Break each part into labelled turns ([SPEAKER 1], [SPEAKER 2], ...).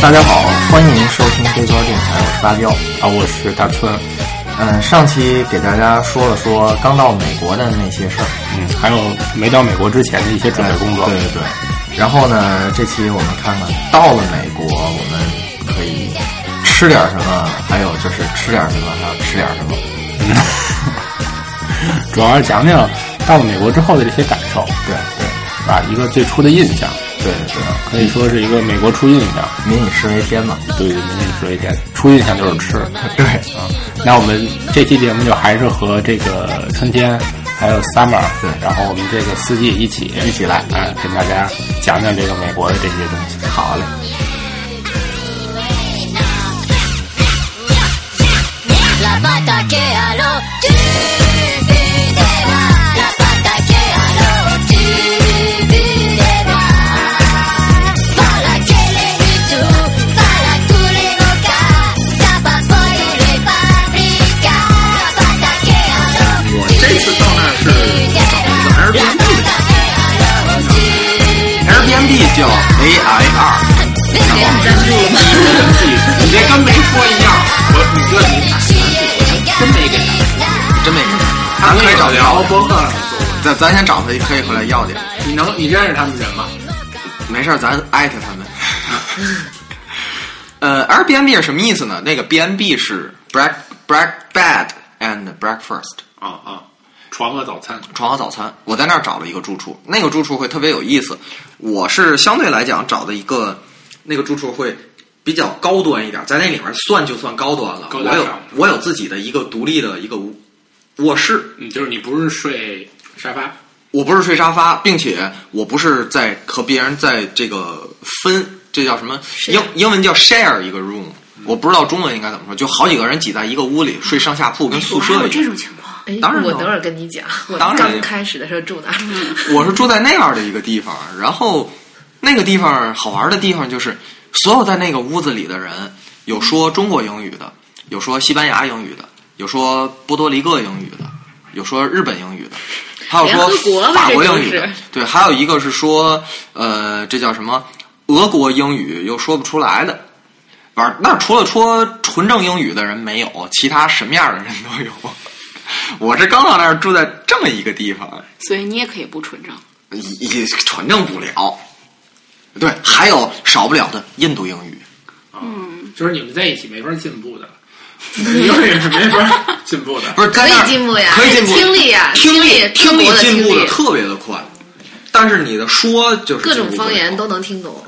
[SPEAKER 1] 大家好，欢迎收听飞哥电台，我是芭蕉啊，我是大春。嗯，上期给大家说了说刚到美国的那些事儿，
[SPEAKER 2] 嗯，还有没到美国之前的一些准备工作。
[SPEAKER 1] 对对对。然后呢，这期我们看看到了美国，我们可以吃点什么，还有就是吃点什么，还有吃点什么。
[SPEAKER 2] 主要是讲讲到了美国之后的这些感受，
[SPEAKER 1] 对对
[SPEAKER 2] 是吧？一个最初的印象，
[SPEAKER 1] 对对，
[SPEAKER 2] 可以说是一个美国初印象。
[SPEAKER 1] 民以食为天嘛。
[SPEAKER 2] 对，民以食为天，初印象就是吃。
[SPEAKER 1] 对，
[SPEAKER 2] 那我们这期节目就还是和这个春天，还有 summer，
[SPEAKER 1] 对
[SPEAKER 2] 然后我们这个四季一起
[SPEAKER 1] 一起来
[SPEAKER 2] 哎，跟大家讲讲这个美国的这些东西。
[SPEAKER 1] 好嘞。
[SPEAKER 3] 我这次到那儿是找了个 Airbnb 的
[SPEAKER 1] Airbnb 叫 AIR，
[SPEAKER 3] 然后我们这儿住了一个星期你这跟没说一样。我你这你打算真没给打算，
[SPEAKER 1] 真没人。
[SPEAKER 3] 咱们
[SPEAKER 1] 可以找
[SPEAKER 3] 聊博客上做。
[SPEAKER 1] 咱咱先找他，可以回来要去。
[SPEAKER 3] 你能你认识他们人吗？
[SPEAKER 1] 没事儿，咱艾特他们。呃，Airbnb 是什么意思呢？那个 BNB 是 break break bed and breakfast，
[SPEAKER 3] 啊啊，床和早餐。
[SPEAKER 1] 床和早餐。我在那儿找了一个住处，那个住处会特别有意思。我是相对来讲找的一个，那个住处会比较高端一点，在那里面算就算高端了。
[SPEAKER 3] 高大
[SPEAKER 1] 我有
[SPEAKER 3] 上
[SPEAKER 1] 我有自己的一个独立的一个屋卧室，
[SPEAKER 3] 嗯，就是你不是睡沙发，
[SPEAKER 1] 我不是睡沙发，并且我不是在和别人在这个分，这叫什么？英英文叫 share 一个 room，我不知道中文应该怎么说，就好几个人挤在一个屋里睡上下铺，跟宿
[SPEAKER 4] 我还
[SPEAKER 1] 舍
[SPEAKER 4] 有
[SPEAKER 1] 一
[SPEAKER 4] 这
[SPEAKER 1] 样。
[SPEAKER 4] 种情况。
[SPEAKER 5] 哎
[SPEAKER 1] 当然
[SPEAKER 5] 我
[SPEAKER 1] 了
[SPEAKER 5] 等会儿跟你讲，我
[SPEAKER 1] 当然
[SPEAKER 5] 刚
[SPEAKER 1] 有嗯
[SPEAKER 5] 开始的时候住哪儿？
[SPEAKER 1] 我是住在那样的一个地方，然后那个地方好玩的地方就是，所有在那个屋子里的人，有说中国英语的，有说西班牙英语的，有说波多黎各英语的，有说日本英语的，还有
[SPEAKER 5] 联合国
[SPEAKER 1] 说
[SPEAKER 5] 吧
[SPEAKER 1] 法国
[SPEAKER 5] 这都
[SPEAKER 1] 英语的
[SPEAKER 5] 是，
[SPEAKER 1] 对，还有一个是说呃，这叫什么俄国英语又说不出来的。玩儿那除了说纯正英语的人没有，其他什么样的人都有。 我是刚到那儿住在这么一个地方，
[SPEAKER 4] 所以你也可以不纯正。
[SPEAKER 1] 也传正不了。对，还有少不了的印度英语。
[SPEAKER 3] 就是你们在一起没法进步的，你永远是没法进步的。
[SPEAKER 1] 不是，可
[SPEAKER 5] 可以进步呀
[SPEAKER 1] 可以进步，
[SPEAKER 5] 听力呀
[SPEAKER 1] 听
[SPEAKER 5] 听力
[SPEAKER 1] 听
[SPEAKER 5] 中国的
[SPEAKER 1] 进步
[SPEAKER 5] 听
[SPEAKER 1] 的
[SPEAKER 5] 力
[SPEAKER 1] 特别的快，但是你的说就是
[SPEAKER 5] 各种
[SPEAKER 1] 进步不
[SPEAKER 5] 方
[SPEAKER 1] 了
[SPEAKER 5] 言都能听懂。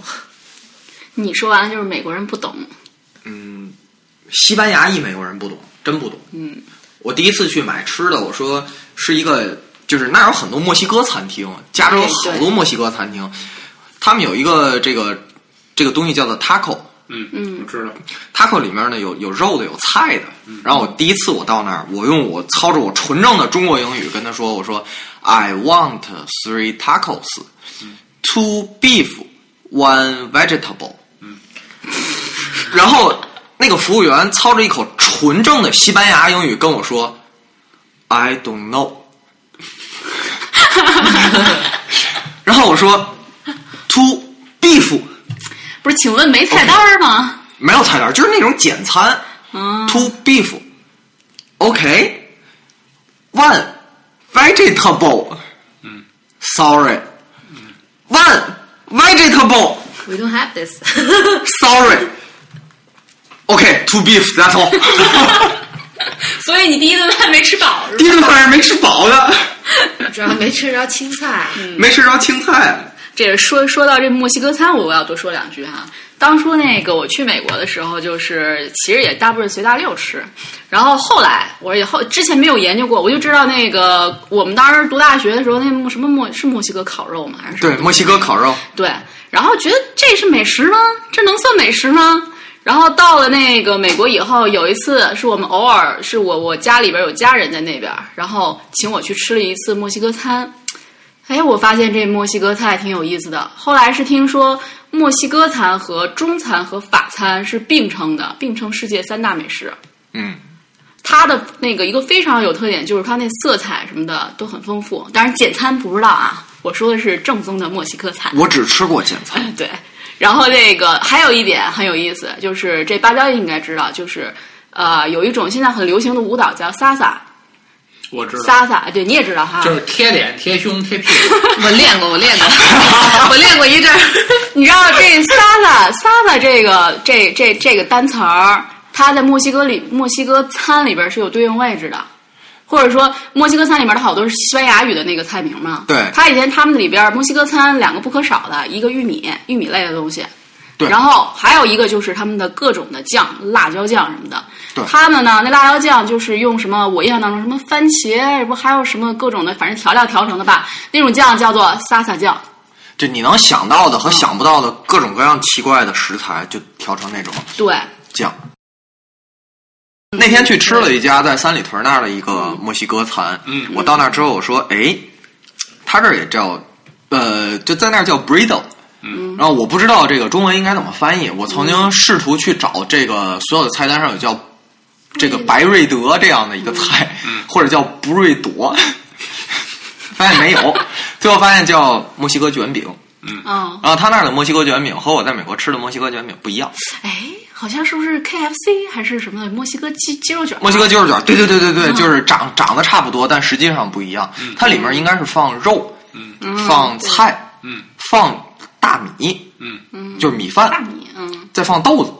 [SPEAKER 4] 你说完了就是美国人不懂，
[SPEAKER 1] 嗯，西班牙裔美国人不懂，真不懂。
[SPEAKER 4] 嗯，
[SPEAKER 1] 我第一次去买吃的，我说是一个，就是那儿有很多墨西哥餐厅，加州有好
[SPEAKER 4] 哎
[SPEAKER 1] 多
[SPEAKER 4] 对
[SPEAKER 1] 墨西哥餐厅，他们有一个这个这个东西叫做 taco，
[SPEAKER 3] 嗯
[SPEAKER 4] 嗯
[SPEAKER 3] 我知道。嗯
[SPEAKER 1] taco 里面呢有有肉的，有菜的。然后我第一次我到那儿，我用我操着我纯正的中国英语跟他说，我说 I want three tacos,
[SPEAKER 3] Mm.
[SPEAKER 1] two beef, one vegetable。然后那个服务员操着一口纯正的西班牙英语跟我说，I don't know。然后我说 two beef
[SPEAKER 4] 不是？请问没菜单儿吗？
[SPEAKER 1] 没有菜单，就是那种简餐。
[SPEAKER 4] 嗯，
[SPEAKER 1] two beef. OK. One vegetable. Sorry. One vegetable.
[SPEAKER 5] We don't have this，
[SPEAKER 1] Sorry. OK. Two beef. That's all.
[SPEAKER 4] 所以你第一顿饭没吃饱是吧？
[SPEAKER 1] 第一顿饭是没吃饱的，
[SPEAKER 5] 主要没吃着青菜。
[SPEAKER 1] 没吃着青菜。
[SPEAKER 4] 这个说说到这墨西哥餐，我要多说两句哈、当初那个我去美国的时候，就是其实也大部分随大溜吃，然后后来我也后之前没有研究过，我就知道那个我们当时读大学的时候，那墨什么墨是墨西哥烤肉吗？还是什么
[SPEAKER 1] 对，墨西哥烤肉。
[SPEAKER 4] 对，然后觉得这是美食吗？这能算美食吗？然后到了那个美国以后，有一次是我们偶尔是我我家里边有家人在那边，然后请我去吃了一次墨西哥餐。哎，我发现这墨西哥菜挺有意思的。后来是听说墨西哥餐和中餐和法餐是并称的，并称世界三大美食。
[SPEAKER 1] 嗯，
[SPEAKER 4] 它的那个一个非常有特点就是它那色彩什么的都很丰富，当然简餐不知道啊，我说的是正宗的墨西哥菜。
[SPEAKER 1] 我只吃过简餐，
[SPEAKER 4] 对，然后那个还有一点很有意思，就是这芭蕉叶应该知道，就是呃，有一种现在很流行的舞蹈叫萨萨
[SPEAKER 3] 我知道，
[SPEAKER 4] 萨萨，对，你也知道哈。
[SPEAKER 3] 就是贴脸、贴胸、贴屁股。
[SPEAKER 5] 我练过，我练过，我练过一阵儿。
[SPEAKER 4] 你知道这萨萨萨萨这个这这这个单词儿，它在墨西哥里墨西哥餐里边是有对应位置的，或者说墨西哥餐里边它好多是西班牙语的那个菜名嘛。
[SPEAKER 1] 对
[SPEAKER 4] 它以前他们里边墨西哥餐两个不可少的，一个玉米，玉米类的东西。
[SPEAKER 1] 对
[SPEAKER 4] 然后还有一个就是他们的各种的酱，辣椒酱什么的。
[SPEAKER 1] 对
[SPEAKER 4] 他们呢，那辣椒酱就是用什么？我印象当中什么番茄，不还有什么各种的，反正调料调成的吧。那种酱叫做萨萨酱。
[SPEAKER 1] 就你能想到的和想不到的各种各样奇怪的食材，就调成那种
[SPEAKER 4] 对，
[SPEAKER 1] 酱。那天去吃了一家在三里屯那儿的一个墨西哥餐，
[SPEAKER 3] 嗯
[SPEAKER 1] 我到那儿之后我说，哎，他这儿也叫，呃，就在那儿叫 burrito，嗯，然后我不知道这个中文应该怎么翻译，我曾经试图去找这个所有的菜单上有叫这个白瑞德这样的一个菜， 或者叫不瑞朵， 发现没有，最后发现叫墨西哥卷饼，
[SPEAKER 4] 嗯。
[SPEAKER 1] 然后他那儿的墨西哥卷饼和我在美国吃的墨西哥卷饼不一样。
[SPEAKER 4] 哎，好像是不是 KFC 还是什么墨西哥鸡鸡肉卷
[SPEAKER 5] 啊
[SPEAKER 4] 儿？
[SPEAKER 1] 墨西哥鸡肉卷，对对对对对，就是长长得差不多，但实际上不一样。
[SPEAKER 3] 嗯
[SPEAKER 1] 它里面应该是放肉，放菜，
[SPEAKER 3] 嗯
[SPEAKER 1] 放大米，
[SPEAKER 3] 嗯
[SPEAKER 1] 就是米
[SPEAKER 4] 大
[SPEAKER 1] 饭，
[SPEAKER 4] 米，嗯，
[SPEAKER 1] 再放豆子。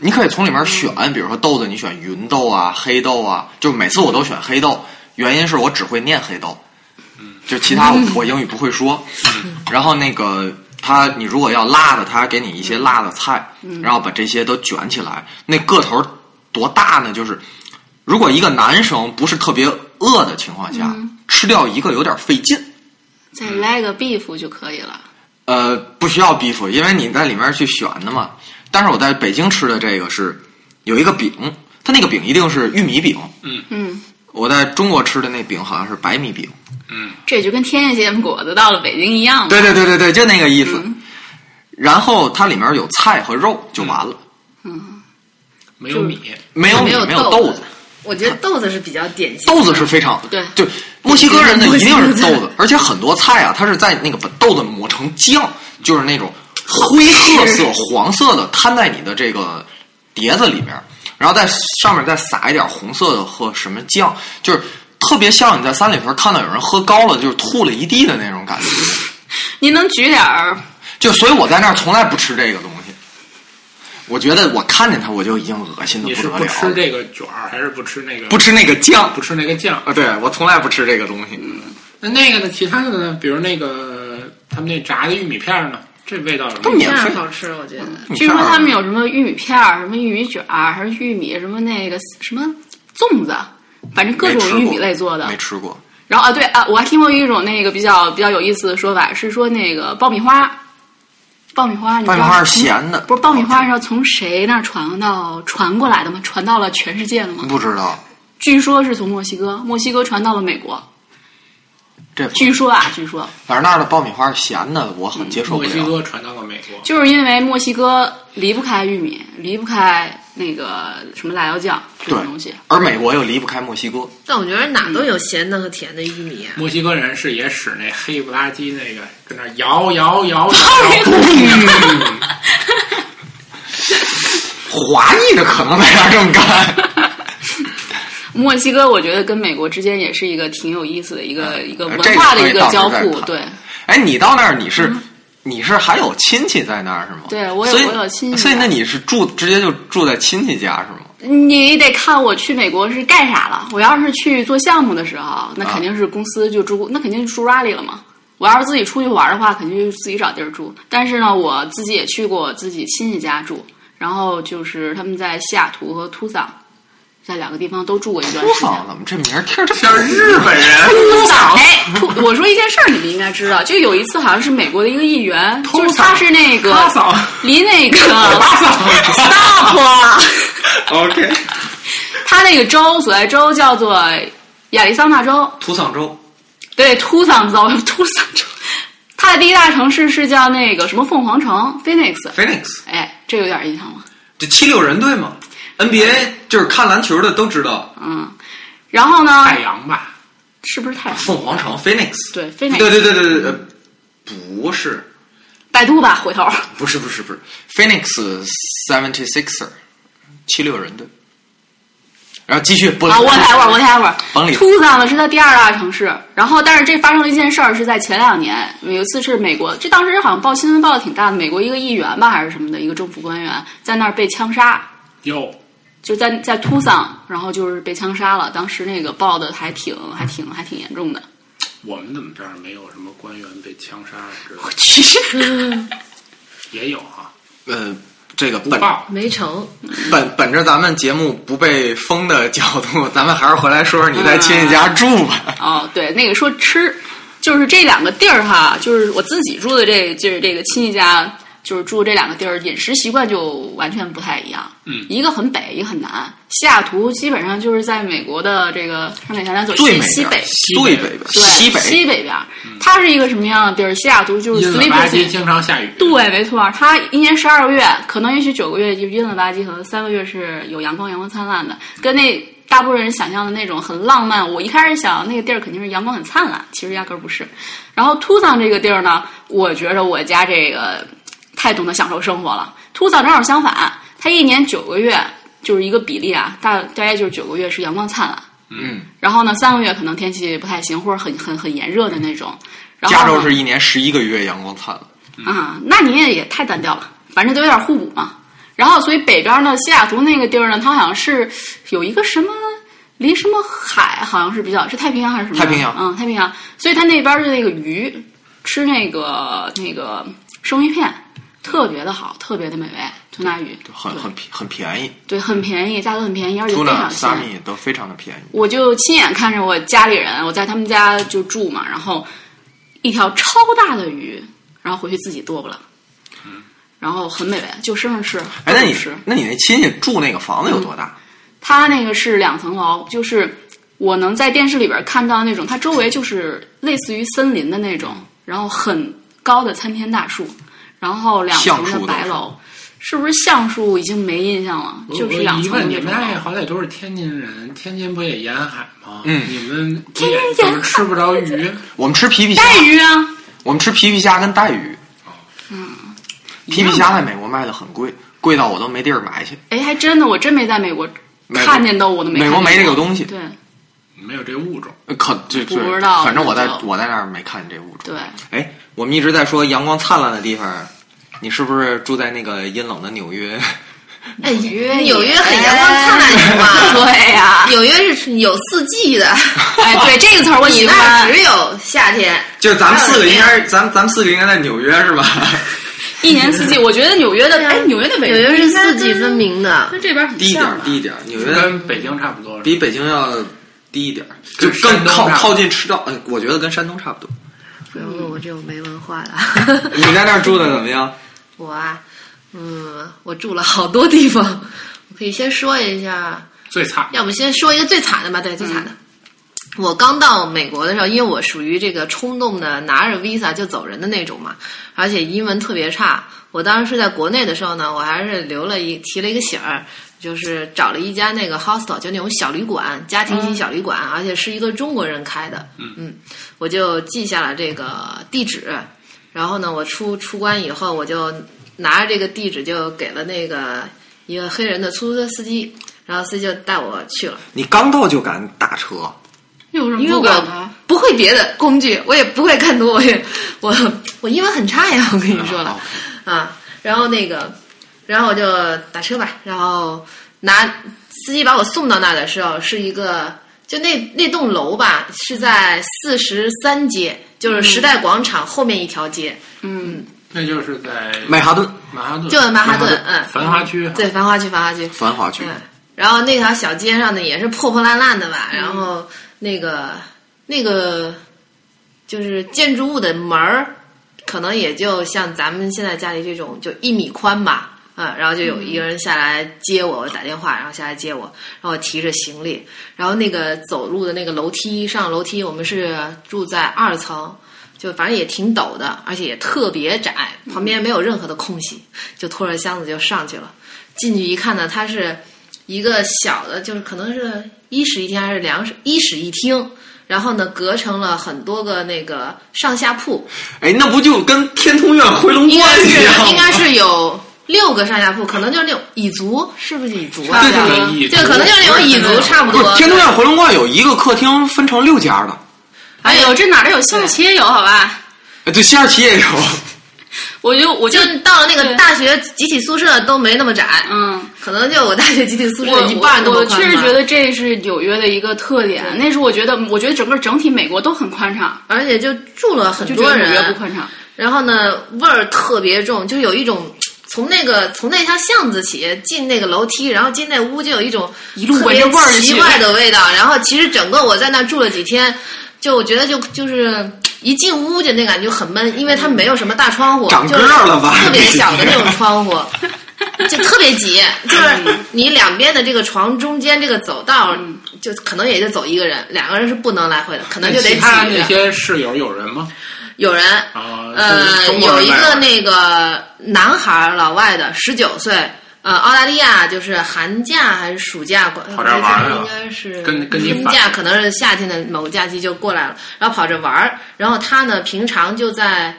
[SPEAKER 1] 你可以从里面选，比如说豆子，你选芸豆啊、黑豆啊，就每次我都选黑豆，原因是我只会念黑豆，就其他我我英语不会说。然后那个它，你如果要辣的，它还给你一些辣的菜，然后把这些都卷起来。那个头儿多大呢？就是如果一个男生不是特别饿的情况下，吃掉一个有点费劲。
[SPEAKER 4] 再来个 beef 就可以了。
[SPEAKER 1] 呃，不需要 beef，因为你在里面去选的嘛。但是我在北京吃的这个是有一个饼，它那个饼一定是玉米饼。
[SPEAKER 4] 嗯，
[SPEAKER 1] 我在中国吃的那饼好像是白米饼。
[SPEAKER 4] 这就跟天津煎饼果子到了北京
[SPEAKER 5] 嗯
[SPEAKER 4] 一样嘛。
[SPEAKER 1] 对对对对对，就那个意思。然后它里面有菜和肉就完了，
[SPEAKER 3] 没有米，
[SPEAKER 1] 没有米，
[SPEAKER 5] 嗯没有
[SPEAKER 1] 没有
[SPEAKER 5] 豆
[SPEAKER 1] 豆
[SPEAKER 5] 子
[SPEAKER 1] 子。
[SPEAKER 5] 我觉得豆子是比较典型的，
[SPEAKER 1] 豆子是非常
[SPEAKER 4] 对
[SPEAKER 1] 就墨西哥人的一定是豆
[SPEAKER 5] 墨西哥
[SPEAKER 1] 子，而且很多菜啊，它是在那个把豆子抹成酱，就是那种灰褐色、黄色的摊在你的这个碟子里面，然后在上面再撒一点红色的和什么酱，就是特别像你在三里屯看到有人喝高了就是吐了一地的那种感觉。
[SPEAKER 4] 您能举点儿？
[SPEAKER 1] 就所以我在那儿从来不吃这个东西，我觉得我看见它我就已经恶心的
[SPEAKER 3] 你
[SPEAKER 1] 不
[SPEAKER 3] 是
[SPEAKER 1] 得了
[SPEAKER 3] 不
[SPEAKER 1] 了，
[SPEAKER 3] 吃这个卷儿，还是不吃那个？
[SPEAKER 1] 不吃那个酱
[SPEAKER 3] 不吃那个酱。
[SPEAKER 1] 啊，对我从来不吃这个东西。
[SPEAKER 3] 那那个呢？其他的呢？比如那个他们那炸的玉米片儿呢？这味道有什
[SPEAKER 1] 都
[SPEAKER 3] 么？
[SPEAKER 5] 这
[SPEAKER 1] 免费
[SPEAKER 5] 样好吃，我觉得。
[SPEAKER 1] 你
[SPEAKER 4] 据
[SPEAKER 1] 看
[SPEAKER 4] 说
[SPEAKER 1] 啊
[SPEAKER 4] 他们有什么玉米片儿、什么玉米卷儿、还是玉米什么那个什么粽子，反正各
[SPEAKER 1] 没吃
[SPEAKER 4] 种
[SPEAKER 1] 过
[SPEAKER 4] 玉米类做的
[SPEAKER 1] 没。吃过。
[SPEAKER 4] 然后啊，对啊，我还听过一种那个比较比较有意思的说法，是说那个爆米花，爆米花，你知
[SPEAKER 1] 爆
[SPEAKER 4] 道
[SPEAKER 1] 米花是咸的，
[SPEAKER 4] 嗯不是爆米花是从谁那儿传到传过来的吗？传到了全世界了吗？
[SPEAKER 1] 不知道
[SPEAKER 4] 据说是从墨西哥，墨西哥传到了美国。
[SPEAKER 1] 这，
[SPEAKER 4] 据说啊，据说
[SPEAKER 1] 反正那儿的爆米花是咸的，我很接受不
[SPEAKER 3] 墨西
[SPEAKER 1] 了。
[SPEAKER 3] 哥传到了美国，
[SPEAKER 4] 就是因为墨西哥离不开玉米，离不开那个什么辣椒酱这种
[SPEAKER 1] 对
[SPEAKER 4] 东西。
[SPEAKER 1] 而美国又离不开墨西哥，
[SPEAKER 5] 但我觉得哪都有咸的和甜的玉米啊。
[SPEAKER 3] 墨西哥人是也使那黑不拉几那个跟那摇摇摇摇，
[SPEAKER 1] 华裔的可能没法这么 干。
[SPEAKER 4] 墨西哥，我觉得跟美国之间也是一个挺有意思的一个、一个
[SPEAKER 1] 呃
[SPEAKER 4] 文
[SPEAKER 1] 这个
[SPEAKER 4] 化的
[SPEAKER 1] 可
[SPEAKER 4] 一
[SPEAKER 1] 以
[SPEAKER 4] 个
[SPEAKER 1] 到时
[SPEAKER 4] 交
[SPEAKER 1] 候再
[SPEAKER 4] 互。
[SPEAKER 1] 谈
[SPEAKER 4] 对，
[SPEAKER 1] 哎，你到那儿你是你是还有亲戚在那儿是吗？
[SPEAKER 4] 嗯对我有
[SPEAKER 1] 所以
[SPEAKER 4] 我有亲戚
[SPEAKER 1] 所以那你是住直接就住在亲戚家是吗？
[SPEAKER 4] 你得看我去美国是干啥了。我要是去做项目的时候，那肯定是公司就住，那肯定是住家里了嘛。我要是自己出去玩的话，肯定就是自己找地儿住。但是呢，我自己也去过自己亲戚家住，然后就是他们在西雅图和图桑，在两个地方都住过一段
[SPEAKER 1] 我
[SPEAKER 4] 时间。
[SPEAKER 1] 操，怎么这名儿听着这么
[SPEAKER 3] 像日本 人
[SPEAKER 4] 秃嗓哎，秃我说一件事儿，你们应该知道，就有一次好像是美国的一个议员，
[SPEAKER 3] 秃
[SPEAKER 4] 就是他
[SPEAKER 3] 嗓
[SPEAKER 4] 是那个
[SPEAKER 3] 他嗓
[SPEAKER 4] 离那个
[SPEAKER 3] 嗓
[SPEAKER 4] stop，
[SPEAKER 3] ，OK，
[SPEAKER 4] 他那个州所在州叫做亚利桑那州，
[SPEAKER 1] 土桑州
[SPEAKER 4] 对，秃嗓子，我 秃嗓州。他的第一大城市是叫那个什么凤凰城 （Phoenix），
[SPEAKER 1] Phoenix，
[SPEAKER 4] 哎，这有点印象吗？
[SPEAKER 1] 这七六人队嘛，NBA 就是看篮球的都知道，
[SPEAKER 4] 嗯，然后呢，
[SPEAKER 3] 太阳吧，
[SPEAKER 4] 是不是太阳？
[SPEAKER 1] 凤凰城 Phoenix，
[SPEAKER 4] 对，Phoenix，
[SPEAKER 1] 对对对对对，呃不是，
[SPEAKER 4] 百度吧，回头。
[SPEAKER 1] 不是，不是，不是，Phoenix Seventy Sixer，七六人队。然后继续不
[SPEAKER 4] 啊，whatever
[SPEAKER 1] 甭
[SPEAKER 4] whatever，
[SPEAKER 1] 理
[SPEAKER 4] 秃桑呢是在第二大城市，然后但是这发生了一件事儿，是在前两年，有一次是美国，这当时好像报新闻报的挺大的，美国一个议员吧还是什么的一个政府官员在那儿被枪杀，
[SPEAKER 2] 有
[SPEAKER 4] 就在在秃桑，然后就是被枪杀了，当时那个报的还挺还挺还挺严重的，
[SPEAKER 2] 我们怎么这儿没有什么官员被枪杀之类的？
[SPEAKER 4] 其实
[SPEAKER 2] 也有啊哈、
[SPEAKER 1] 呃，这个
[SPEAKER 2] 不
[SPEAKER 1] 本
[SPEAKER 2] 报
[SPEAKER 5] 没成，
[SPEAKER 1] 本本着咱们节目不被封的角度， 咱们还是回来说说你
[SPEAKER 4] 嗯
[SPEAKER 1] 在亲戚家住吧。
[SPEAKER 4] 哦，对，那个说吃，就是这两个地儿哈，就是我自己住的这就是这个亲戚家，就是住这两个地儿，饮食习惯就完全不太一样。
[SPEAKER 2] 嗯
[SPEAKER 4] 一个很北，一个很南。西雅图基本上就是在美国的这个上北下南走
[SPEAKER 1] 最
[SPEAKER 4] 西
[SPEAKER 1] 美
[SPEAKER 4] 西
[SPEAKER 1] 边儿，，最
[SPEAKER 4] 北
[SPEAKER 1] 北边儿，
[SPEAKER 4] 对
[SPEAKER 1] 西北，
[SPEAKER 4] 西北边儿，
[SPEAKER 2] 嗯
[SPEAKER 4] 它是一个什么样的地儿？西雅图就是
[SPEAKER 2] 因为
[SPEAKER 4] sleepy
[SPEAKER 2] 垃
[SPEAKER 4] city
[SPEAKER 2] 圾经常下雨。
[SPEAKER 4] 对，没错，它一年十二个月，可能也许九个月就阴了吧唧，可能三个月是有阳光，阳光灿烂的，跟那大部分人想象的那种很浪漫。我一开始想那个地儿肯定是阳光很灿烂，其实压根儿不是。然后秃桑这个地儿呢，我觉着我家这个太懂得享受生活了。秃桑正好相反，它一年九个月就是一个比例啊，大大概就是九个月是阳光灿烂，
[SPEAKER 1] 嗯，
[SPEAKER 4] 然后呢三个月可能天气不太行，或者很很很炎热的那种。然后
[SPEAKER 1] 加
[SPEAKER 4] 呢
[SPEAKER 1] 州是一年十一个月阳光灿烂。
[SPEAKER 4] 啊，那你也也太单调了，反正都有点互补嘛。然后，所以北边呢，西雅图那个地儿呢，它好像是有一个什么离什么海，好像是比较是太平洋还是什么？
[SPEAKER 1] 太平洋
[SPEAKER 4] 嗯，太平洋。所以它那边的那个鱼，吃那个那个生鱼片，特别的好，特别的美味，吞拿鱼，
[SPEAKER 1] 很很便很便宜
[SPEAKER 4] 对，很便宜，价格很便宜，而且非
[SPEAKER 1] ，tuna、
[SPEAKER 4] 常鲜。
[SPEAKER 1] sami 都非常的便宜。
[SPEAKER 4] 我就亲眼看着我家里人，我在他们家就住嘛，然后一条超大的鱼，然后回去自己剁不了，然后很美味，就生着吃。
[SPEAKER 1] 嗯哎，那你
[SPEAKER 4] 生着吃
[SPEAKER 1] 那你那亲戚住那个房子有多大？
[SPEAKER 4] 它那个是两层楼，就是我能在电视里边看到那种，它周围就是类似于森林的那种，然后很高的参天大树，然后两层
[SPEAKER 1] 橡树
[SPEAKER 4] 的
[SPEAKER 1] 都
[SPEAKER 4] 白
[SPEAKER 1] 是
[SPEAKER 4] 楼，是不是橡树已经没印象了？
[SPEAKER 2] 我
[SPEAKER 4] 就是
[SPEAKER 2] 我
[SPEAKER 4] 两
[SPEAKER 2] 一
[SPEAKER 4] 层的
[SPEAKER 2] 问你
[SPEAKER 4] 那
[SPEAKER 2] 们
[SPEAKER 4] 种。
[SPEAKER 2] 那也好歹都是天津人，天津不也沿海
[SPEAKER 3] 啊
[SPEAKER 2] 吗？
[SPEAKER 1] 嗯
[SPEAKER 2] 你们不也就是吃不着鱼？
[SPEAKER 4] 嗯
[SPEAKER 1] 我们吃皮皮虾，
[SPEAKER 4] 带鱼啊，
[SPEAKER 1] 我们吃皮皮虾跟带鱼。嗯，皮皮虾在美国卖的很贵，贵到我都没地儿买去。
[SPEAKER 4] 哎，还真的，我真没在美国
[SPEAKER 1] 美国
[SPEAKER 4] 看见到，我都没
[SPEAKER 1] 美国
[SPEAKER 4] 看见
[SPEAKER 1] 没这
[SPEAKER 4] 过
[SPEAKER 1] 个东西呃
[SPEAKER 4] 对
[SPEAKER 2] 没有这物种，
[SPEAKER 1] 可这这
[SPEAKER 4] 我不知道
[SPEAKER 1] 反正我在
[SPEAKER 4] 我不知道
[SPEAKER 1] 我在那儿没看见这物种。
[SPEAKER 4] 对，
[SPEAKER 1] 哎，我们一直在说阳光灿烂的地方，你是不是住在那个阴冷的纽约？
[SPEAKER 5] 哎，
[SPEAKER 4] 约
[SPEAKER 5] 纽约很阳光灿烂，是吧？
[SPEAKER 4] 对呀、
[SPEAKER 5] 纽约是有四季的，
[SPEAKER 4] 哎，对这个词儿我
[SPEAKER 5] 你
[SPEAKER 4] 喜
[SPEAKER 5] 那儿
[SPEAKER 4] 欢，
[SPEAKER 5] 只有夏天。
[SPEAKER 1] 就是咱们四个应
[SPEAKER 5] 还
[SPEAKER 1] 该，咱咱们四个应该在纽约是 吧？
[SPEAKER 4] 一年四季。我觉得纽约的，哎，纽约的纬
[SPEAKER 5] 纽
[SPEAKER 4] 度
[SPEAKER 5] 约是
[SPEAKER 4] 应该
[SPEAKER 5] 四季
[SPEAKER 4] 跟
[SPEAKER 5] 分，明的，
[SPEAKER 4] 跟这边很
[SPEAKER 1] 低一点
[SPEAKER 4] 像
[SPEAKER 1] 儿，
[SPEAKER 4] 吧
[SPEAKER 1] 低一点儿，纽约
[SPEAKER 2] 跟北京差不多。
[SPEAKER 1] 比北京要低一点儿，就
[SPEAKER 2] 跟
[SPEAKER 1] 更
[SPEAKER 2] 山东
[SPEAKER 1] 靠
[SPEAKER 2] 差不多
[SPEAKER 1] 靠近赤道。呃，我觉得跟山东差不多。
[SPEAKER 5] 不要问我这种没文化的。
[SPEAKER 1] 你在那儿住的怎么样？
[SPEAKER 5] 我啊，嗯，我住了好多地方，我可以先说一下，
[SPEAKER 2] 最惨
[SPEAKER 5] 要不先说一个最惨的吧？对，最惨的。我刚到美国的时候，因为我属于这个冲动的拿着 visa 就走人的那种嘛，而且英文特别差。我当时在国内的时候呢，我还是留了一提了一个醒儿，就是找了一家那个 hostel，就那种小旅馆，家庭型小旅馆，而且是一个中国人开的。嗯，我就记下了这个地址，然后呢，我出出关以后，我就拿着这个地址就给了那个一个黑人的出租车司机，然后司机就带我去了。
[SPEAKER 1] 你刚到就敢打车，
[SPEAKER 4] 哎有什
[SPEAKER 5] 因为
[SPEAKER 4] 么不啊敢
[SPEAKER 5] 我
[SPEAKER 4] 的？
[SPEAKER 5] 不会别的工具，我也不会看图，我也我 我英文很差呀，我跟你说了
[SPEAKER 1] 啊
[SPEAKER 5] 啊。然后那个，然后我就打车吧，然后拿司机把我送到那儿的时候，是一个就那那栋楼吧，是在四十三街，就是时代广场后面一条街，
[SPEAKER 4] 嗯，
[SPEAKER 2] 那就是在
[SPEAKER 1] 曼哈顿
[SPEAKER 2] 曼哈顿，
[SPEAKER 5] 就曼哈顿，嗯，
[SPEAKER 2] 繁华区。
[SPEAKER 5] 对，繁华区，繁华区，
[SPEAKER 1] 繁华区，
[SPEAKER 5] 嗯，然后那条小街上呢也是破破烂烂的吧，然后那个那个就是建筑物的门儿，可能也就像咱们现在家里这种就一米宽吧。嗯，然后就有一个人下来接我，我打电话，然后下来接我，然后我提着行李，然后那个走路的那个楼梯上楼梯，我们是住在二层，就反正也挺陡的，而且也特别窄，旁边没有任何的空隙，就拖着箱子就上去了。进去一看呢，它是一个小的，就是可能是一室一厅还是两室一室一厅，然后呢，隔成了很多个那个上下 铺，
[SPEAKER 1] 哎，那不就跟天通苑回龙
[SPEAKER 5] 应该
[SPEAKER 1] 观
[SPEAKER 5] 是
[SPEAKER 1] 一样吗？
[SPEAKER 5] 应该是有六个上下铺，可能就是那种蚁族，是不是蚁族啊？
[SPEAKER 1] 对
[SPEAKER 4] 对
[SPEAKER 2] 对蚁族
[SPEAKER 5] 对，可能就是那种蚁族差不
[SPEAKER 1] 不是
[SPEAKER 5] 多。
[SPEAKER 1] 天通苑回龙观有一个客厅分成六家的，
[SPEAKER 4] 哎呦，这哪儿有下棋也有好吧？
[SPEAKER 1] 哎，对，西二旗也有。
[SPEAKER 4] 我就我就
[SPEAKER 5] 就到了那个大学集体宿舍都没那么窄，
[SPEAKER 4] 嗯。
[SPEAKER 5] 可能就我大学集体宿
[SPEAKER 4] 我
[SPEAKER 5] 舍一半都
[SPEAKER 4] 我
[SPEAKER 5] 不
[SPEAKER 4] 我
[SPEAKER 5] 宽
[SPEAKER 4] 确实
[SPEAKER 5] 吧
[SPEAKER 4] 觉得这是纽约的一个特点。那时候我觉得，我觉得整个整体美国都很宽敞，
[SPEAKER 5] 而且就住了很
[SPEAKER 4] 就觉
[SPEAKER 5] 多
[SPEAKER 4] 得纽约
[SPEAKER 5] 人
[SPEAKER 4] 不，宽敞。
[SPEAKER 5] 然后呢味儿特别重，就有一种从那个从那条巷子起进那个楼梯，然后进那屋就有一种
[SPEAKER 4] 一路
[SPEAKER 5] 特
[SPEAKER 4] 闻
[SPEAKER 5] 别
[SPEAKER 4] 着味儿就
[SPEAKER 5] 奇
[SPEAKER 4] 去
[SPEAKER 5] 怪的味道。然后其实整个我在那住了几天，就我觉得就就是。一进屋就那感觉很闷，因为它没有什么大窗户，
[SPEAKER 1] 长
[SPEAKER 5] 就是
[SPEAKER 1] 个儿了吧
[SPEAKER 5] 特别小的那种窗户，就特别挤，就是你两边的这个床中间这个走道，
[SPEAKER 4] 嗯
[SPEAKER 5] 就可能也就走一个人，两个人是不能来回的，可能就得
[SPEAKER 2] 其
[SPEAKER 5] 挤
[SPEAKER 1] 啊
[SPEAKER 2] 他
[SPEAKER 5] 着
[SPEAKER 2] 那些室友有人吗？
[SPEAKER 5] 有人
[SPEAKER 2] 啊
[SPEAKER 5] 呃，
[SPEAKER 2] 中国人
[SPEAKER 5] 有一
[SPEAKER 2] 外国
[SPEAKER 5] 个
[SPEAKER 2] 人
[SPEAKER 5] 那个男孩儿，老外的，十九岁，呃，澳大利亚就是寒假还是暑假过，
[SPEAKER 2] 跑这儿玩儿来了
[SPEAKER 5] 应该是
[SPEAKER 2] 跟跟你
[SPEAKER 5] 春
[SPEAKER 2] 反
[SPEAKER 5] 假，可能是夏天的某个假期就过来了，然后跑着玩儿，然后他呢平常就在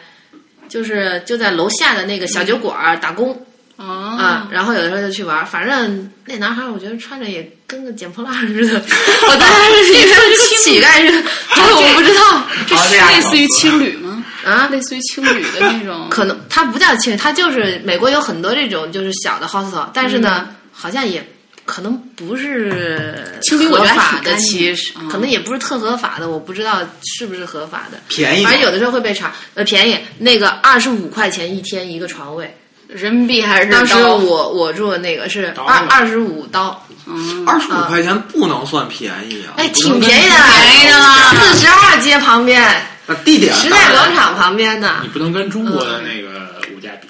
[SPEAKER 5] 就是就在楼下的那个小酒馆儿打工。啊
[SPEAKER 4] 啊，，
[SPEAKER 5] 然后有的时候就去玩儿，反正那男孩儿我觉得穿着也跟个捡破烂儿似的，我当 时以为是乞丐似的，但是我不知道
[SPEAKER 4] 这是
[SPEAKER 2] 这样
[SPEAKER 4] 类似于青旅吗？
[SPEAKER 5] 啊，
[SPEAKER 4] 类似于青旅的那种，
[SPEAKER 5] 可能它不叫青旅，它就是美国有很多这种就是小的 hostel，但是
[SPEAKER 2] 嗯
[SPEAKER 5] 呢，好像也可能不是
[SPEAKER 4] 青旅我觉得
[SPEAKER 5] 合
[SPEAKER 4] 还
[SPEAKER 5] 法
[SPEAKER 4] 挺
[SPEAKER 5] 的，
[SPEAKER 4] 干净
[SPEAKER 5] 其实
[SPEAKER 4] 嗯
[SPEAKER 5] 可能也不是特合法的，我不知道是不是合法的。
[SPEAKER 1] 便宜
[SPEAKER 5] 反正有的时候会被查，呃，便宜，那个二十五块钱一天一个床位。
[SPEAKER 4] 人民币还是
[SPEAKER 5] 当时
[SPEAKER 4] 刀
[SPEAKER 5] 我我住的那个是
[SPEAKER 2] 刀
[SPEAKER 5] 二
[SPEAKER 2] 了
[SPEAKER 5] 二十五刀，
[SPEAKER 4] 嗯
[SPEAKER 1] 二十五块钱不能算便宜啊！
[SPEAKER 5] 啊哎，挺便宜的，
[SPEAKER 4] 便宜的啦
[SPEAKER 2] 啊
[SPEAKER 5] 四十二街旁边，
[SPEAKER 1] 那地点
[SPEAKER 5] 时
[SPEAKER 1] 当然
[SPEAKER 5] 代广场旁边的
[SPEAKER 2] 你。不能跟中国的那个物价比，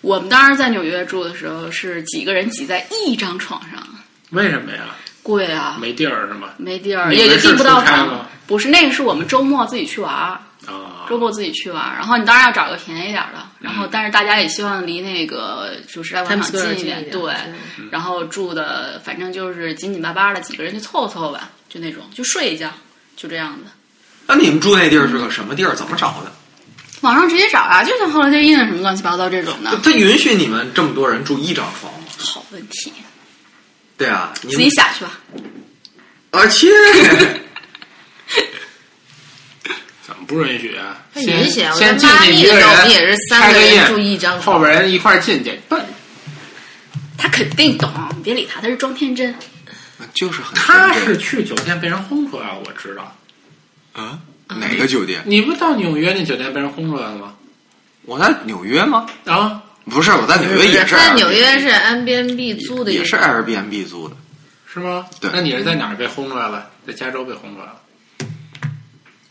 [SPEAKER 4] 我们当时在纽约住的时候是几个人挤在一张床上，
[SPEAKER 2] 为什么呀？
[SPEAKER 4] 贵啊，
[SPEAKER 2] 没地儿是吗？
[SPEAKER 4] 没地儿，
[SPEAKER 2] 你们
[SPEAKER 4] 也也
[SPEAKER 2] 是
[SPEAKER 4] 订不到
[SPEAKER 2] 出差
[SPEAKER 4] 房
[SPEAKER 2] 吗。
[SPEAKER 4] 不是，那个是我们周末自己去玩儿，
[SPEAKER 2] 啊，
[SPEAKER 4] 周末自己去玩儿。然后你当然要找个便宜点儿的，然
[SPEAKER 2] 嗯
[SPEAKER 4] 后但是大家也希望离那个就是大广
[SPEAKER 5] Times
[SPEAKER 4] 场
[SPEAKER 5] Square
[SPEAKER 4] 近一点，
[SPEAKER 5] 近一点
[SPEAKER 4] 对。
[SPEAKER 2] 嗯
[SPEAKER 4] 然后住的反正就是紧紧巴巴的，几个人就凑合凑合吧，就那种就睡一觉，就这样子。
[SPEAKER 1] 那你们住那地儿是个什么地儿？怎么找的？
[SPEAKER 4] 网上直接找啊，就像 Holiday Inn 什么乱七八糟这种的。
[SPEAKER 5] 啊
[SPEAKER 1] 他允许你们这么多人住一张床吗？
[SPEAKER 4] 好问题，
[SPEAKER 1] 对啊，你
[SPEAKER 4] 自己想去吧。
[SPEAKER 1] 而 且
[SPEAKER 2] 怎么不允许啊？
[SPEAKER 5] 他
[SPEAKER 2] 先
[SPEAKER 5] 允许啊我
[SPEAKER 2] 先进
[SPEAKER 5] 觉得
[SPEAKER 2] 去一
[SPEAKER 5] 妈咪的时候
[SPEAKER 2] 人，
[SPEAKER 5] 你也是三个
[SPEAKER 2] 个
[SPEAKER 5] 人
[SPEAKER 2] 印
[SPEAKER 5] 住一张
[SPEAKER 2] 后边人一块儿进去，笨。
[SPEAKER 4] 他肯定懂，你别理他，他是装天真。
[SPEAKER 1] 就是很
[SPEAKER 2] 他
[SPEAKER 1] 真
[SPEAKER 2] 是
[SPEAKER 1] 正
[SPEAKER 2] 去酒店被人轰出来了，我知道。
[SPEAKER 1] 啊，哪个酒店？
[SPEAKER 2] 你不到纽约那酒店被人轰出来了吗？
[SPEAKER 1] 我在纽约吗？
[SPEAKER 2] 啊，
[SPEAKER 1] 不是，我在纽约也是 Airbnb，
[SPEAKER 5] 他在纽约是 Airbnb 租的一
[SPEAKER 1] 也
[SPEAKER 5] 个
[SPEAKER 1] 是 Airbnb 租的，
[SPEAKER 2] 是吗？
[SPEAKER 1] 对
[SPEAKER 2] 那你是在哪儿被轰出来了？在加州被轰出来了。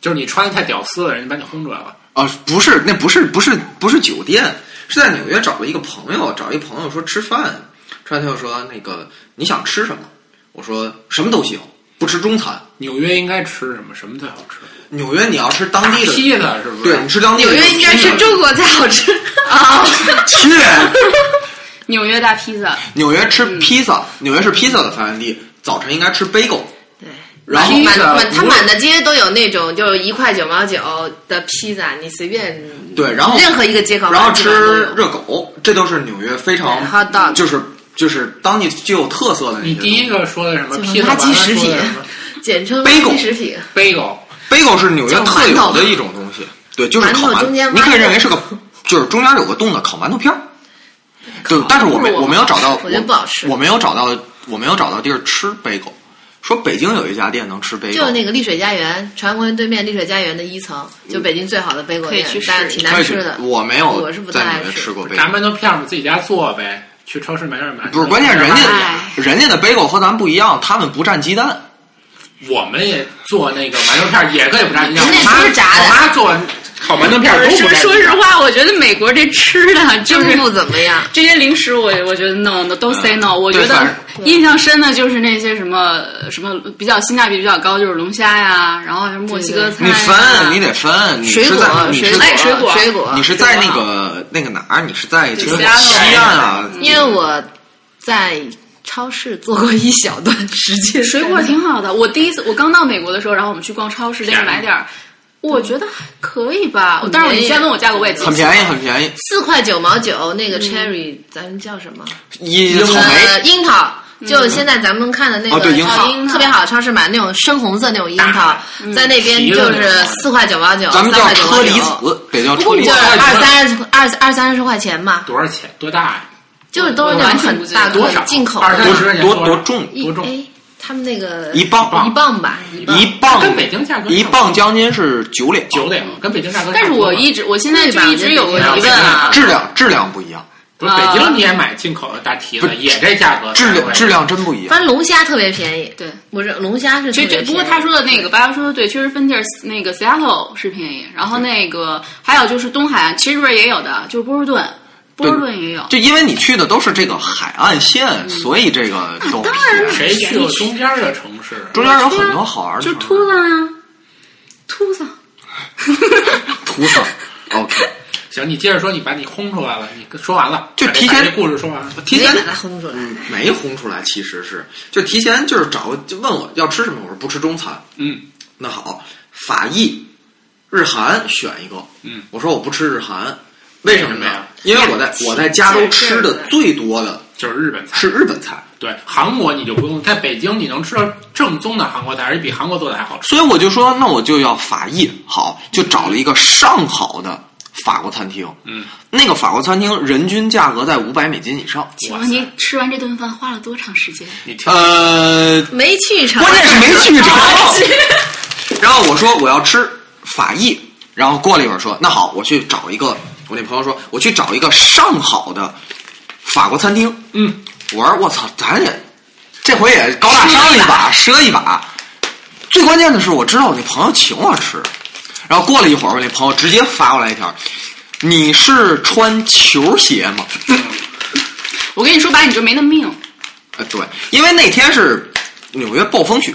[SPEAKER 2] 就是你穿的太屌丝了，人家把你轰出来了。
[SPEAKER 1] 啊，不是，那不是不是不是酒店，是在纽约找了一个朋友，找一朋友说吃饭，吃完他就说那个你想吃什么？我说什么都行，不吃中餐。
[SPEAKER 2] 纽约应该吃什么？什么最好吃？
[SPEAKER 1] 纽约你要吃当地的，
[SPEAKER 2] 披萨是不是？
[SPEAKER 1] 对你吃当地的
[SPEAKER 5] 纽
[SPEAKER 1] 就
[SPEAKER 5] 约
[SPEAKER 1] 行，
[SPEAKER 5] 应该是中国才好吃啊！
[SPEAKER 1] 去
[SPEAKER 4] 纽约大披萨，
[SPEAKER 1] 纽约吃披萨，纽约是披萨的发源地，早晨应该吃 bagel，
[SPEAKER 5] 对，
[SPEAKER 1] 然后
[SPEAKER 5] 满
[SPEAKER 2] 披萨
[SPEAKER 5] 满，他
[SPEAKER 2] 不是
[SPEAKER 5] 满大街都有那种就是一块九毛九的披萨，你随便
[SPEAKER 1] 对，然后
[SPEAKER 5] 任何一个街口，
[SPEAKER 1] 然后吃热狗，这都是纽约非常
[SPEAKER 5] 对，hot dog
[SPEAKER 1] 就是就是当地具有特色的那
[SPEAKER 2] 你
[SPEAKER 1] 些
[SPEAKER 2] 第一
[SPEAKER 1] 东西。
[SPEAKER 2] 个说的什么？
[SPEAKER 5] 就是
[SPEAKER 2] 披萨
[SPEAKER 5] 垃圾
[SPEAKER 2] 完了
[SPEAKER 5] 食
[SPEAKER 2] 说的
[SPEAKER 5] 品
[SPEAKER 2] 什么
[SPEAKER 5] 简称
[SPEAKER 1] Bagel 哦
[SPEAKER 5] 垃圾食品，
[SPEAKER 2] ？bagel。
[SPEAKER 1] bagel 是纽约
[SPEAKER 5] 叫
[SPEAKER 1] 特
[SPEAKER 5] 馒
[SPEAKER 1] 有
[SPEAKER 5] 头
[SPEAKER 1] 的一种东西，对，就是烤
[SPEAKER 5] 馒头
[SPEAKER 1] 馒头，
[SPEAKER 5] 中间
[SPEAKER 1] 你
[SPEAKER 5] 挖
[SPEAKER 1] 可
[SPEAKER 5] 一
[SPEAKER 1] 以
[SPEAKER 5] 个
[SPEAKER 1] 认为是个就是中间有个洞的烤馒头片儿。对，但是我没
[SPEAKER 4] 不是我
[SPEAKER 1] 我没有找到，
[SPEAKER 5] 我觉得不好吃
[SPEAKER 1] 我没有找到我没有找到地儿吃 bagel。说北京有一家店能吃 bagel，
[SPEAKER 5] 就是那个丽水家园，朝阳公园对面丽水家园的一层，就北京最好的 bagel
[SPEAKER 4] 可以
[SPEAKER 5] 店
[SPEAKER 4] 去，试
[SPEAKER 5] 但是挺
[SPEAKER 1] 嗯
[SPEAKER 5] 难
[SPEAKER 1] 可以
[SPEAKER 5] 吃的。
[SPEAKER 1] 我没有，
[SPEAKER 5] 我是不太
[SPEAKER 1] 在
[SPEAKER 5] 爱
[SPEAKER 1] 纽约
[SPEAKER 5] 吃
[SPEAKER 1] 吃过 bagel
[SPEAKER 2] 炸。馒头片儿嘛，自己家做呗，去超市买点儿馒头。
[SPEAKER 1] 不是，关键人家
[SPEAKER 4] 哎
[SPEAKER 1] 人家的 bagel 和咱不一样，他们不蘸鸡蛋。
[SPEAKER 2] 我们也做那个馒头片儿，也可以不炸鸡蛋。
[SPEAKER 5] 人家
[SPEAKER 2] 我妈
[SPEAKER 5] 不是炸的
[SPEAKER 2] 我妈做烤馒头片儿都不
[SPEAKER 4] 说
[SPEAKER 2] 炸
[SPEAKER 4] 说
[SPEAKER 2] 鸡
[SPEAKER 4] 实
[SPEAKER 2] 蛋
[SPEAKER 4] 话，我觉得美国这吃的就
[SPEAKER 5] 真
[SPEAKER 4] 是
[SPEAKER 5] 不怎么样，
[SPEAKER 4] 这些零食我，我觉得弄的都 say no。我觉
[SPEAKER 1] 对反
[SPEAKER 4] 得印象深的就是那些什么什么比较性价比比较高，就是龙虾呀，然后什么墨西哥菜
[SPEAKER 1] 你
[SPEAKER 4] 呀。
[SPEAKER 1] 分，你得分，你
[SPEAKER 5] 水
[SPEAKER 1] 是
[SPEAKER 5] 果
[SPEAKER 1] 在你
[SPEAKER 5] 水
[SPEAKER 1] 是
[SPEAKER 5] 果
[SPEAKER 4] 哎水果
[SPEAKER 5] 水果，
[SPEAKER 1] 你是在那个那个哪儿？你是在这个
[SPEAKER 4] 西安
[SPEAKER 1] 西
[SPEAKER 4] 啊
[SPEAKER 1] 岸啊？
[SPEAKER 5] 因为我在超市做过一小段时间，
[SPEAKER 4] 水果挺好的。我第一次我刚到美国的时候，然后我们去逛超市，那个买点儿，我觉得还可以吧。
[SPEAKER 5] 很
[SPEAKER 4] 但是我
[SPEAKER 5] 便宜
[SPEAKER 4] 你现在问我价格，我也记不
[SPEAKER 1] 很
[SPEAKER 4] 清
[SPEAKER 1] 便宜，很便宜，
[SPEAKER 5] 四块九毛九，那
[SPEAKER 4] 嗯
[SPEAKER 5] 个 cherry，、咱们叫什么？
[SPEAKER 1] 一草莓
[SPEAKER 5] 呃，樱桃。就现在咱们看的那
[SPEAKER 1] 嗯
[SPEAKER 5] 个
[SPEAKER 1] 哦对樱桃嗯
[SPEAKER 5] 超特别好的超市买那种深红色那种樱桃，在那边就是四块九毛九，
[SPEAKER 1] 咱们
[SPEAKER 5] 三
[SPEAKER 1] 叫
[SPEAKER 5] 块九毛
[SPEAKER 1] 车厘
[SPEAKER 5] 九，
[SPEAKER 1] 子，得叫
[SPEAKER 4] 不
[SPEAKER 1] 车
[SPEAKER 4] 过
[SPEAKER 1] 厘
[SPEAKER 5] 就
[SPEAKER 1] 子
[SPEAKER 5] 是。二三十二二三十块钱嘛，
[SPEAKER 2] 多少钱？多大呀？
[SPEAKER 5] 就是都是那种很大
[SPEAKER 2] 多少
[SPEAKER 5] 个进口
[SPEAKER 2] 二
[SPEAKER 5] 的
[SPEAKER 2] 三
[SPEAKER 5] 嘛，
[SPEAKER 2] 十块钱
[SPEAKER 1] 多
[SPEAKER 2] 多
[SPEAKER 1] 多
[SPEAKER 2] 少
[SPEAKER 1] 重
[SPEAKER 5] 一
[SPEAKER 2] 多重
[SPEAKER 5] 哎，他们那个
[SPEAKER 1] 一磅
[SPEAKER 5] 一磅吧，
[SPEAKER 1] 一磅
[SPEAKER 2] 跟北京价格
[SPEAKER 1] 一磅将近是九两，
[SPEAKER 2] 九两，跟北京价格差
[SPEAKER 4] 但是
[SPEAKER 2] 不多
[SPEAKER 4] 我
[SPEAKER 2] 吧
[SPEAKER 4] 一直我现在就一直有个疑问啊，
[SPEAKER 1] 质量质量不一样，
[SPEAKER 2] 不是北
[SPEAKER 4] 啊
[SPEAKER 2] 京你也买进口的大蹄
[SPEAKER 1] 不
[SPEAKER 2] 子，也这价格，
[SPEAKER 1] 质量质量真不一样。
[SPEAKER 5] 反正龙虾特别便宜，
[SPEAKER 4] 对。
[SPEAKER 5] 不是龙虾是特
[SPEAKER 4] 其
[SPEAKER 5] 别
[SPEAKER 4] 实这
[SPEAKER 5] 便宜
[SPEAKER 4] 不过他说的那个八幺说的对，确实芬迪尔那个 Seattle 是便宜，然后那个还有就是东海岸，其实这边也有的，就是波士顿，波士顿也有。
[SPEAKER 1] 就因为你去的都是这个海岸线，所以这个都便宜。
[SPEAKER 2] 谁去过中间的城市？
[SPEAKER 1] 中间有很多好玩的
[SPEAKER 4] 就
[SPEAKER 1] 地
[SPEAKER 4] 是
[SPEAKER 1] 方，
[SPEAKER 4] 秃子啊，秃子，
[SPEAKER 1] 秃色。OK，
[SPEAKER 2] 行，你接着说，你把你轰出来了，你说完了，
[SPEAKER 1] 就
[SPEAKER 2] 把这
[SPEAKER 1] 提前
[SPEAKER 2] 把这故事说完了。
[SPEAKER 1] 提
[SPEAKER 5] 没
[SPEAKER 1] 前
[SPEAKER 5] 把它轰出来。
[SPEAKER 1] 嗯没轰出来，其实是就提前就是找个就问我要吃什么，我说不吃中餐。
[SPEAKER 2] 嗯，
[SPEAKER 1] 那好，法意、日韩选一个。
[SPEAKER 2] 嗯，
[SPEAKER 1] 我说我不吃日韩，为什么
[SPEAKER 2] 为什
[SPEAKER 1] 呢
[SPEAKER 2] 么呀？
[SPEAKER 1] 因为我在我在加州吃的最多的
[SPEAKER 2] 就是日本菜。
[SPEAKER 1] 是日本菜，
[SPEAKER 2] 对，韩国你就不用，在北京你能吃到正宗的韩国菜，而且比韩国做的还好吃。
[SPEAKER 1] 所以我就说那我就要法意。好，就找了一个上好的法国餐厅。
[SPEAKER 2] 嗯，
[SPEAKER 1] 那个法国餐厅人均价格在五百美金以上。
[SPEAKER 4] 请
[SPEAKER 2] 哇
[SPEAKER 4] 问
[SPEAKER 2] 塞
[SPEAKER 4] 您吃完这顿饭花了多长时间？
[SPEAKER 2] 你听，
[SPEAKER 1] 呃，
[SPEAKER 5] 没去 成，
[SPEAKER 1] 关键是没去成。 然后我说我要吃法意，然后过了一会儿说那好，我去找一个，我那朋友说我去找一个上好的法国餐厅。
[SPEAKER 2] 嗯，
[SPEAKER 1] 我说我操，咱也这回也高大上一把，赊一把。最关键的是，我知道我那朋友请我吃，然后过了一会儿，我那朋友直接发过来一条：“你是穿球鞋吗？”
[SPEAKER 4] 我跟你说，白你就没那命。
[SPEAKER 1] 呃，对，因为那天是纽约暴风雪，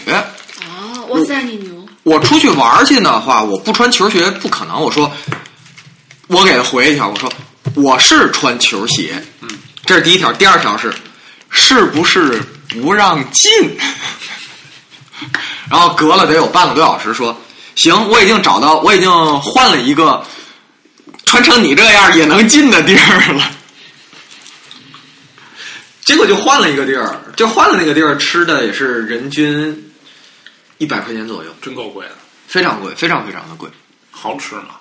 [SPEAKER 4] 哦，哇塞，你牛！
[SPEAKER 1] 我出去玩儿去的话，我不穿球鞋不可能。我说，我给他回一条，我说我是穿球鞋，嗯，这是第一条。第二条是，是不是不让进？ 然后隔了得有半个多小时说，行，我已经找到，我已经换了一个穿成你这样也能进的地儿了。结果就换了一个地儿，就换了那个地儿，吃的也是人均一百块钱左右。
[SPEAKER 2] 真够贵的，
[SPEAKER 1] 非常贵，非常非常的贵，
[SPEAKER 2] 好吃吗？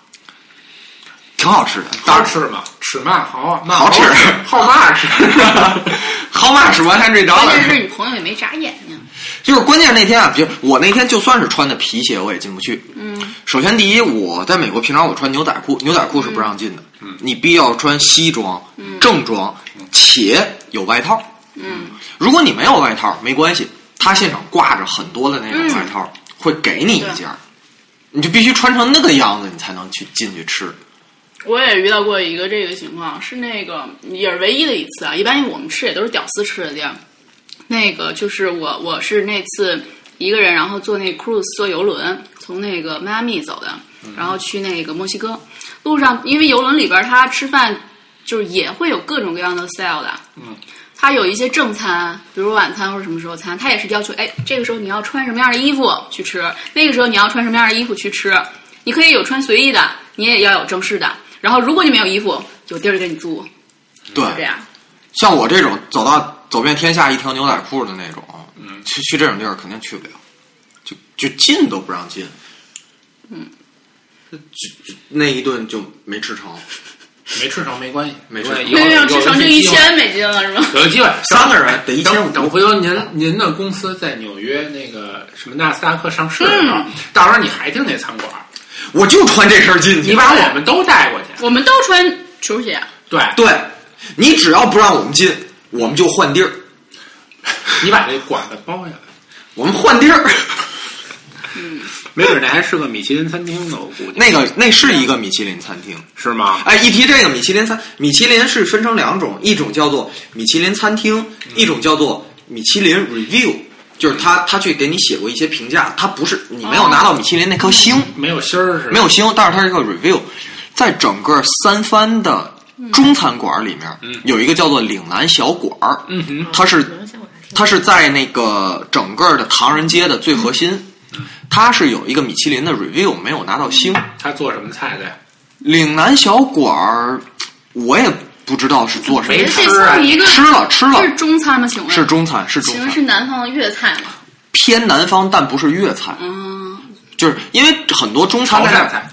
[SPEAKER 1] 挺好吃的。当
[SPEAKER 2] 好
[SPEAKER 1] 然
[SPEAKER 2] 吃吗？吃嘛好啊，嘛
[SPEAKER 1] 好吃
[SPEAKER 2] 好嘛吃。
[SPEAKER 1] ，How much one hundred
[SPEAKER 4] 关键
[SPEAKER 1] dollar？
[SPEAKER 4] 是你朋友也没眨眼睛。
[SPEAKER 1] 就是关键是那天啊，比如我那天就算是穿的皮鞋，我也进不去。
[SPEAKER 4] 嗯，
[SPEAKER 1] 首先，第一，我在美国平常我穿牛仔裤，牛仔裤是不让进的，你必须要穿西装、正装，且有外套。
[SPEAKER 4] 嗯，
[SPEAKER 1] 如果你没有外套，没关系，他现场挂着很多的那种
[SPEAKER 4] 嗯
[SPEAKER 1] 外套，会给你一件儿，你就必须穿成那个样子，你才能去进去吃。
[SPEAKER 4] 嗯我也遇到过一个这个情况，是那个也是唯一的一次啊。一般我们吃也都是屌丝吃的地儿。那个就是我，我是那次一个人，然后坐那 cruise 坐游轮，从那个迈阿密走的，然后去那个墨西哥。路上，因为游轮里边儿它吃饭就是也会有各种各样的 sale 的，
[SPEAKER 2] 嗯，
[SPEAKER 4] 它有一些正餐，比如晚餐或者什么时候餐，它也是要求，哎，这个时候你要穿什么样的衣服去吃，那个时候你要穿什么样的衣服去吃，你可以有穿随意的，你也要有正式的。然后如果你没有衣服，有地儿给你租，
[SPEAKER 1] 对，
[SPEAKER 4] 就这样。
[SPEAKER 1] 像我这种走到走遍天下一条牛仔裤的那种，
[SPEAKER 2] 嗯
[SPEAKER 1] 嗯去去这种地儿肯定去不了，就就进都不让进。嗯，那一顿就没吃 成，
[SPEAKER 2] 没吃成没关系，
[SPEAKER 1] 没吃
[SPEAKER 2] 关系。
[SPEAKER 4] 因为
[SPEAKER 2] 有
[SPEAKER 4] 要吃成就一，千美金了，是吗？
[SPEAKER 2] 有有机会有机会
[SPEAKER 1] 三个人得一千
[SPEAKER 2] 等
[SPEAKER 1] 五。
[SPEAKER 2] 等，回头您您的公司在纽约那个什么纳斯达克上市的时
[SPEAKER 4] 嗯
[SPEAKER 2] 候，到时候你还订那餐馆，
[SPEAKER 1] 我就穿这身进去。
[SPEAKER 2] 你把我们都带过去。
[SPEAKER 4] 我们都穿球鞋，
[SPEAKER 2] 对，
[SPEAKER 1] 对，你只要不让我们进，我们就换地儿，
[SPEAKER 2] 你把这馆子包下来，
[SPEAKER 1] 我们换 地儿。
[SPEAKER 2] 没准那还是个米其林餐厅呢，我估计
[SPEAKER 1] 那个那是一个米其林餐厅。
[SPEAKER 2] 是吗？
[SPEAKER 1] 哎，一提这个米其林餐，米其林是分成两种，一种叫做米其林餐厅，一种叫做米其林 review，就是他他去给你写过一些评价，他不是你没有拿到米其林那颗星，
[SPEAKER 2] 没有芯儿是吧
[SPEAKER 1] 没有星，但是它是一个 review。在整个三藩的中餐馆里面，有一个叫做岭南小馆儿，
[SPEAKER 2] 嗯哼，
[SPEAKER 1] 它是它是在那个整个的唐人街的最核心，它是有一个米其林的 review 没有拿到星。
[SPEAKER 2] 他做什么菜的呀？
[SPEAKER 1] 岭南小馆儿，我也不知道是做什
[SPEAKER 2] 没
[SPEAKER 1] 么，
[SPEAKER 4] 这
[SPEAKER 2] 吃
[SPEAKER 4] 算一个
[SPEAKER 1] 啊吃了吃了
[SPEAKER 4] 这是中餐吗？请问
[SPEAKER 1] 是中餐是中
[SPEAKER 4] 请问
[SPEAKER 1] 餐
[SPEAKER 4] 是，南方的粤菜吗？
[SPEAKER 1] 偏南方但不是粤菜，
[SPEAKER 4] 嗯，
[SPEAKER 1] 就是因为很多中餐
[SPEAKER 2] 潮
[SPEAKER 1] 在
[SPEAKER 2] 汕
[SPEAKER 1] 这儿
[SPEAKER 2] 菜。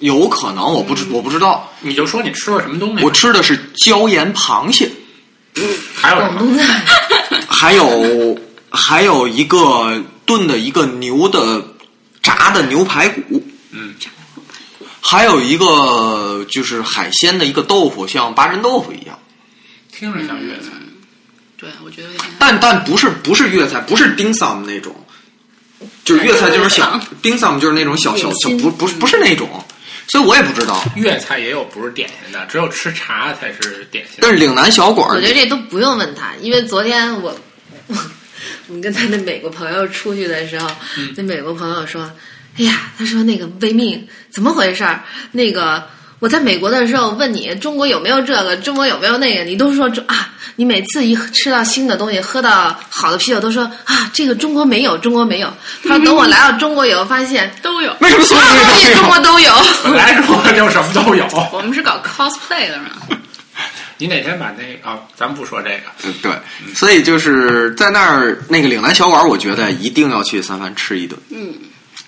[SPEAKER 1] 有可能我不知我不知道，
[SPEAKER 2] 你就说你吃过什么东西吧？
[SPEAKER 1] 我吃的是椒盐螃蟹，
[SPEAKER 2] 还有什
[SPEAKER 5] 广
[SPEAKER 2] 么？
[SPEAKER 5] 东菜，
[SPEAKER 1] 还有还有一个炖的一个牛的炸的牛排骨，
[SPEAKER 2] 嗯，
[SPEAKER 1] 还有一个就是海鲜的一个豆腐，像八珍豆腐一样，
[SPEAKER 2] 听着像粤菜。
[SPEAKER 4] 对，我觉得有点
[SPEAKER 1] 但但不是不是粤菜，不是 dim sum 那种，就是粤菜就是小 dim sum 就是那种小小小不不是不是那种，所以我也不知道。
[SPEAKER 2] 粤菜也有不是典型的，只有吃茶才是典型的。
[SPEAKER 1] 但是岭南小馆
[SPEAKER 5] 我
[SPEAKER 1] 儿
[SPEAKER 5] 觉，得这都不用问他，因为昨天我我我们跟他的美国朋友出去的时候，那美国朋友说：“哎呀，他说那个维命怎么回事儿？那个我在美国的时候问你中国有没有这个，中国有没有那个，你都说中啊，你每次一吃到新的东西，喝到好的啤酒，都说啊这个中国没有，中国没有。”他说：“等我来到中国以后，发现
[SPEAKER 4] 都有。
[SPEAKER 1] 为什么所
[SPEAKER 5] 所
[SPEAKER 1] 有
[SPEAKER 5] 有
[SPEAKER 1] 东
[SPEAKER 5] 东
[SPEAKER 1] 西都
[SPEAKER 5] 西
[SPEAKER 1] 没
[SPEAKER 5] 中
[SPEAKER 1] 有
[SPEAKER 5] 国都有。”
[SPEAKER 2] 本来中国就什么都有。
[SPEAKER 4] 我们是搞 cosplay 的嘛，
[SPEAKER 2] 你哪天把那个啊、咱们不说这个，
[SPEAKER 1] 嗯对，所以就是在那儿那个岭南小馆儿，我觉得一定要去三藩吃一顿。
[SPEAKER 4] 嗯，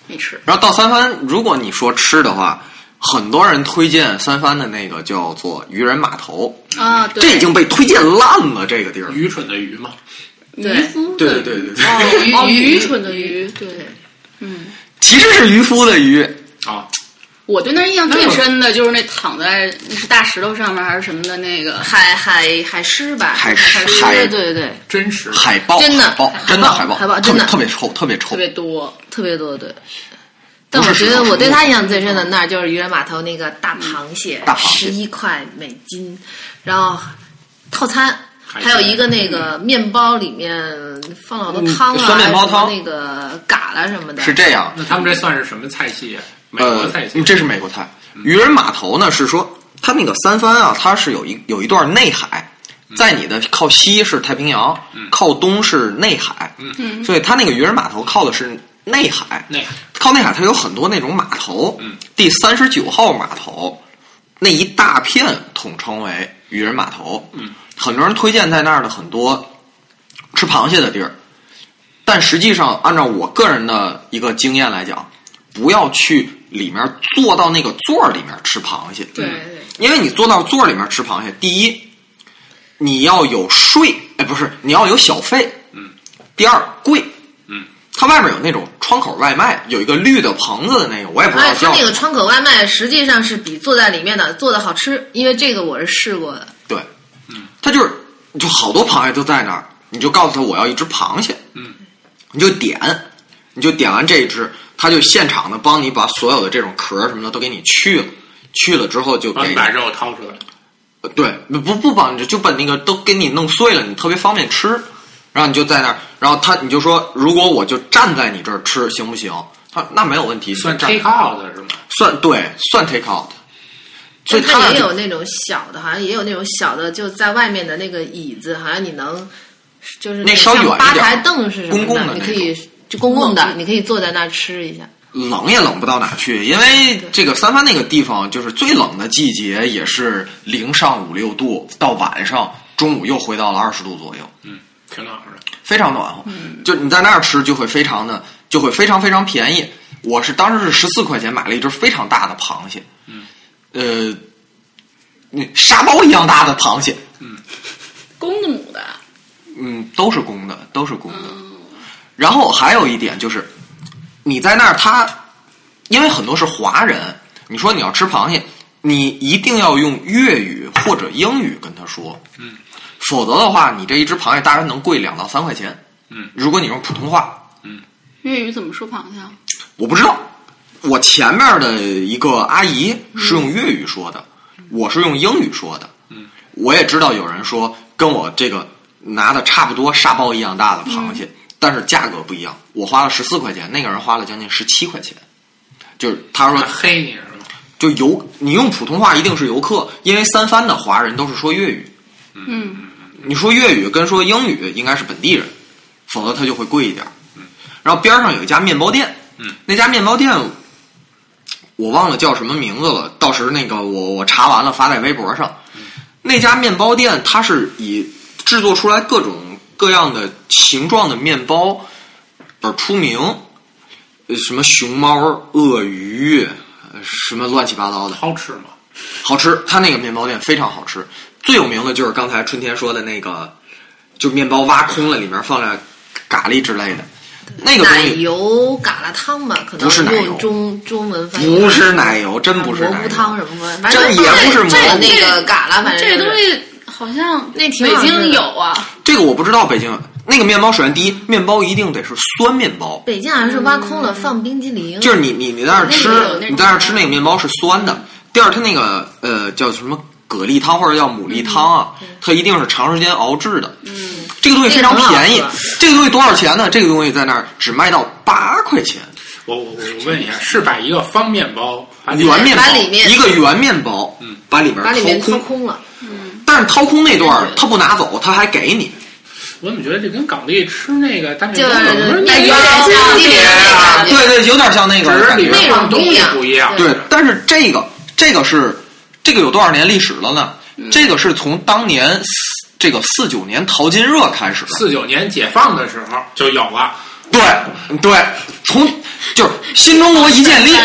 [SPEAKER 4] 没吃。
[SPEAKER 1] 然后到三藩，如果你说吃的话，很多人推荐三藩的那个叫做渔人码头，
[SPEAKER 4] 啊，对，
[SPEAKER 1] 这已经被推荐烂了。这个地儿，
[SPEAKER 2] 愚蠢的愚嘛，
[SPEAKER 4] 渔夫
[SPEAKER 1] 对
[SPEAKER 4] 的
[SPEAKER 1] 对对对，
[SPEAKER 4] 鱼
[SPEAKER 5] 哦
[SPEAKER 4] 愚
[SPEAKER 5] 愚
[SPEAKER 4] 蠢的
[SPEAKER 5] 愚
[SPEAKER 4] 愚，对，嗯。
[SPEAKER 1] 其实是渔夫的渔，
[SPEAKER 2] 啊，
[SPEAKER 4] 我对那儿印象
[SPEAKER 5] 嗯
[SPEAKER 4] 最深的就是那躺在那是大石头上面还是什么的那个，
[SPEAKER 5] 海海海狮吧，
[SPEAKER 1] 海狮
[SPEAKER 5] 狮，
[SPEAKER 1] 海
[SPEAKER 5] 对对对，
[SPEAKER 2] 真实的
[SPEAKER 1] 海豹，
[SPEAKER 5] 真的
[SPEAKER 1] 海豹
[SPEAKER 5] 海，豹
[SPEAKER 1] 真的海豹，
[SPEAKER 5] 海豹
[SPEAKER 1] 特别
[SPEAKER 5] 真的
[SPEAKER 1] 特别臭，特别臭
[SPEAKER 4] 特。别多。
[SPEAKER 5] 特别多，对。但
[SPEAKER 1] 不
[SPEAKER 5] 我
[SPEAKER 1] 是
[SPEAKER 5] 觉
[SPEAKER 1] 石头
[SPEAKER 5] 得
[SPEAKER 1] 是
[SPEAKER 5] 我对
[SPEAKER 1] 木
[SPEAKER 5] 他
[SPEAKER 1] 头
[SPEAKER 5] 印象最深的那儿就是渔人码头那个大螃蟹，
[SPEAKER 1] 嗯大螃蟹
[SPEAKER 5] 十一块美金，然后套餐。
[SPEAKER 2] 海
[SPEAKER 5] 还有
[SPEAKER 2] 鲜
[SPEAKER 5] 一个那个面包里面放了好多汤啊，
[SPEAKER 1] 嗯酸面包汤
[SPEAKER 5] 什么那个嘎啦什么的，
[SPEAKER 1] 是这样，
[SPEAKER 2] 那他们这算是什么菜系啊？美国
[SPEAKER 1] 呃
[SPEAKER 2] 菜嗯系，，
[SPEAKER 1] 这是美国菜。渔人码头呢是说，它那个三藩啊，它是有一有一段内海，
[SPEAKER 2] 嗯
[SPEAKER 1] 在你的靠西是太平洋，靠东是内海，
[SPEAKER 4] 嗯
[SPEAKER 1] 所以它那个渔人码头靠的是内海。
[SPEAKER 2] 那个
[SPEAKER 1] 靠内海它有很多那种码头，
[SPEAKER 2] 嗯
[SPEAKER 1] 第三十九号码头那一大片统称为渔人码头，
[SPEAKER 2] 嗯，
[SPEAKER 1] 很多人推荐在那儿的很多吃螃蟹的地儿，但实际上按照我个人的一个经验来讲，不要去里面坐到那个座儿里面吃螃蟹，
[SPEAKER 5] 对
[SPEAKER 2] 嗯
[SPEAKER 5] 对，
[SPEAKER 1] 因为你坐到座儿里面吃螃蟹，第一你要有税，哎，不是你要有小费，
[SPEAKER 2] 嗯，
[SPEAKER 1] 第二贵，
[SPEAKER 2] 嗯，
[SPEAKER 1] 它外面有那种窗口外卖，有一个绿的棚子的那个，我也不知道
[SPEAKER 5] 而且
[SPEAKER 1] 叫
[SPEAKER 5] 哎啊它那
[SPEAKER 1] 什
[SPEAKER 5] 个
[SPEAKER 1] 么。
[SPEAKER 5] 窗口外卖实际上是比坐在里面的做的好吃，因为这个我是试过的，
[SPEAKER 1] 对，嗯，它就是就好多螃蟹都在那儿，你就告诉他我要一只螃蟹，
[SPEAKER 2] 嗯，
[SPEAKER 1] 你就点，你就点完这一只，他就现场的帮你把所有的这种壳什么的都给你去了，去了之后就
[SPEAKER 2] 帮
[SPEAKER 1] 给
[SPEAKER 2] 你
[SPEAKER 1] 你
[SPEAKER 2] 啊把肉掏出来，
[SPEAKER 1] 对，不不帮你就把那个都给你弄碎了，你特别方便吃。然后你就在那儿，然后他你就说，如果我就站在你这儿吃行不行？他那没有问题，
[SPEAKER 2] 算
[SPEAKER 1] 站
[SPEAKER 2] take out 的是吗？
[SPEAKER 1] 算对算 take out。所以
[SPEAKER 5] 但它
[SPEAKER 1] 那
[SPEAKER 5] 也
[SPEAKER 1] 就
[SPEAKER 5] 有那种小的，好像也有那种小的，就在外面的那个椅子，好像你能就是
[SPEAKER 1] 那
[SPEAKER 5] 个
[SPEAKER 1] 稍
[SPEAKER 5] 像
[SPEAKER 1] 远一
[SPEAKER 5] 吧
[SPEAKER 1] 点
[SPEAKER 5] 台凳是什么
[SPEAKER 1] 公共的
[SPEAKER 5] 你
[SPEAKER 1] 那
[SPEAKER 5] 可以就公共的，你可以坐在那儿吃一下。
[SPEAKER 1] 冷也冷不到哪去，因为这个三藩那个地方就是最冷的季节，也是零上五六度，到晚上中午又回到了二十度左右，
[SPEAKER 2] 嗯，挺暖和的。
[SPEAKER 1] 非常暖和。
[SPEAKER 2] 嗯
[SPEAKER 1] 就你在那儿吃就会非常的，就会非常非常便宜。我是当时是十四块钱买了一只非常大的螃蟹，
[SPEAKER 2] 嗯，
[SPEAKER 1] 呃，那沙包一样大的螃蟹，
[SPEAKER 4] 公的母的，
[SPEAKER 1] 嗯，都是公的，都是公的。
[SPEAKER 2] 嗯
[SPEAKER 1] 然后还有一点就是，你在那儿他，因为很多是华人，你说你要吃螃蟹，你一定要用粤语或者英语跟他说，
[SPEAKER 2] 嗯，
[SPEAKER 1] 否则的话，你这一只螃蟹大约能贵两到三块钱。
[SPEAKER 2] 嗯，
[SPEAKER 1] 如果你用普通话，
[SPEAKER 4] 粤语怎么说螃蟹啊？
[SPEAKER 1] 我不知道。我前面的一个阿姨是用粤语说的，我是用英语说的。
[SPEAKER 2] 嗯，
[SPEAKER 1] 我也知道有人说跟我这个拿的差不多沙包一样大的螃蟹，但是价格不一样。我花了十四块钱，那个人花了将近十七块钱。就是他说
[SPEAKER 2] 那，黑你是吗？
[SPEAKER 1] 就游你用普通话一定是游客，因为三藩的华人都是说粤语，
[SPEAKER 4] 嗯，
[SPEAKER 1] 你说粤语跟说英语应该是本地人，否则它就会贵一点。然后边上有一家面包店，
[SPEAKER 2] 嗯，
[SPEAKER 1] 那家面包店我忘了叫什么名字了，到时那个我我查完了发在微博上。那家面包店它是以制作出来各种各样的形状的面包而出名，呃什么熊猫、鳄鱼，呃什么乱七八糟的。
[SPEAKER 2] 好吃吗？
[SPEAKER 1] 好吃，它那个面包店非常好吃。最有名的就是刚才春天说的那个，就面包挖空了，里面放了咖喱之类的，那个东
[SPEAKER 5] 奶
[SPEAKER 1] 西
[SPEAKER 5] 油嘎啦汤吧，可能
[SPEAKER 1] 不是奶油
[SPEAKER 5] 用中中文翻译
[SPEAKER 1] 不是奶油，真不是
[SPEAKER 5] 蘑
[SPEAKER 1] 奶
[SPEAKER 5] 菇
[SPEAKER 1] 油。
[SPEAKER 5] 汤什么的，反
[SPEAKER 1] 这
[SPEAKER 5] 正
[SPEAKER 1] 也不是蘑菇
[SPEAKER 5] 这有那个嘎啦，反正
[SPEAKER 4] 这
[SPEAKER 5] 就是
[SPEAKER 4] 东西好像
[SPEAKER 5] 那挺
[SPEAKER 4] 北
[SPEAKER 5] 好吃的
[SPEAKER 4] 京有啊，
[SPEAKER 1] 这个我不知道北京那个面包，首先第一，面包一定得是酸面包，
[SPEAKER 5] 北京好像是挖空
[SPEAKER 4] 嗯
[SPEAKER 5] 了放冰激凌，
[SPEAKER 1] 就是你你你在那儿吃
[SPEAKER 4] 那个有那，种
[SPEAKER 1] 你在那儿吃那个面包是酸的。第二，它那个呃叫什么蛤蜊汤或者叫牡蛎汤啊，它一定是长时间熬制的。
[SPEAKER 4] 嗯，
[SPEAKER 1] 这个东西非常
[SPEAKER 5] 这个很好
[SPEAKER 1] 便宜，这个东西多少钱呢？这个东西在那儿只卖到八块钱。
[SPEAKER 2] 我我我我问一下，是把一个方便包把里面
[SPEAKER 1] 圆面包，
[SPEAKER 5] 把里面
[SPEAKER 1] 一个圆面包，
[SPEAKER 2] 嗯，
[SPEAKER 1] 把里面
[SPEAKER 5] 把里面
[SPEAKER 1] 掏
[SPEAKER 5] 掏
[SPEAKER 1] 空，
[SPEAKER 5] 空了。嗯
[SPEAKER 1] 但是掏空那段儿他不拿走，他还给你。
[SPEAKER 2] 我怎么觉得这跟港地吃那个大面
[SPEAKER 5] 就
[SPEAKER 2] 包有什么
[SPEAKER 5] 是
[SPEAKER 2] 区
[SPEAKER 5] 那有
[SPEAKER 2] 别
[SPEAKER 5] 点
[SPEAKER 2] 啊
[SPEAKER 5] 像冰激凌那感觉，
[SPEAKER 1] 对对，有点像那
[SPEAKER 2] 只
[SPEAKER 1] 个
[SPEAKER 2] 是
[SPEAKER 1] 感
[SPEAKER 2] 啊里
[SPEAKER 1] 觉。
[SPEAKER 2] 面放东西不一样。
[SPEAKER 5] 内容不一样
[SPEAKER 1] 对，但是这个这个是这个有多少年历史了呢？这个是从当年四这个四九年淘金热开始的。
[SPEAKER 2] 四九年解放的时候就有了，
[SPEAKER 1] 对对，从就是新中国一建立，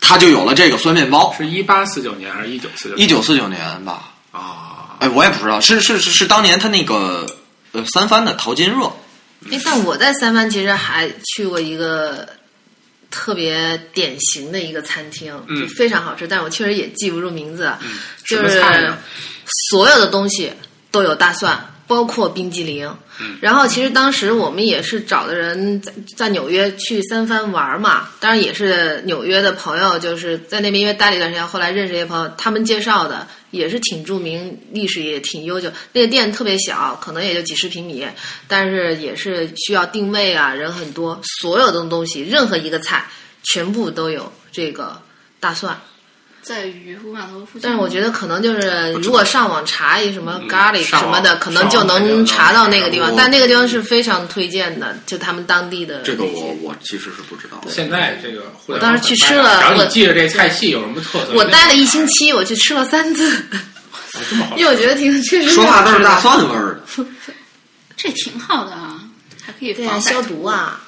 [SPEAKER 1] 他就有了这个酸面包。
[SPEAKER 2] 是一八四九年还是一九四九？
[SPEAKER 1] 一九四九年吧，
[SPEAKER 2] 啊，
[SPEAKER 1] 哎，我也不知道，是是是是当年他那个呃三番的淘金热。
[SPEAKER 5] 哎，但我在三藩其实还去过一个特别典型的一个餐厅，
[SPEAKER 2] 嗯
[SPEAKER 5] 就非常好吃，但我确实也记不住名字，就
[SPEAKER 2] 什
[SPEAKER 5] 是
[SPEAKER 2] 么菜呢
[SPEAKER 5] 所有的东西都有大蒜，包括冰激凌。
[SPEAKER 2] 嗯
[SPEAKER 5] 然后其实当时我们也是找的人在在纽约去三藩玩嘛，当然也是纽约的朋友，就是在那边因为待了一段时间，后来认识一些朋友，他们介绍的也是挺著名，历史也挺悠久。那个店特别小，可能也就几十平米，但是也是需要定位啊，人很多，所有的东西任何一个菜全部都有这个大蒜。
[SPEAKER 1] 嗯
[SPEAKER 4] 在渔夫码头附近。
[SPEAKER 5] 但是我觉得可能就是，如果上网查一什么
[SPEAKER 1] 嗯
[SPEAKER 5] 咖喱
[SPEAKER 2] 上
[SPEAKER 5] 什
[SPEAKER 2] 网
[SPEAKER 5] 么的，可能就能查到那个地
[SPEAKER 1] 上
[SPEAKER 5] 方。
[SPEAKER 1] 网
[SPEAKER 5] 但那个地方是非常推荐的，就他们当地的
[SPEAKER 1] 这个
[SPEAKER 5] 那些
[SPEAKER 1] 我我其实是不知道的。
[SPEAKER 2] 现在这个互
[SPEAKER 5] 我
[SPEAKER 2] 联网
[SPEAKER 5] 当时去吃了
[SPEAKER 2] 很发达然后
[SPEAKER 5] 我
[SPEAKER 2] 你记着这菜系有什么特色？
[SPEAKER 5] 我待了一星期，我去吃了 三次，
[SPEAKER 2] 哎，这么好吃
[SPEAKER 5] 因为我觉得挺确实
[SPEAKER 1] 说话都
[SPEAKER 5] 挺好
[SPEAKER 1] 是
[SPEAKER 5] 吃的
[SPEAKER 1] 大。蒜味儿的。
[SPEAKER 4] 这挺好的啊，还可以
[SPEAKER 5] 对啊，
[SPEAKER 4] 防
[SPEAKER 5] 消毒啊，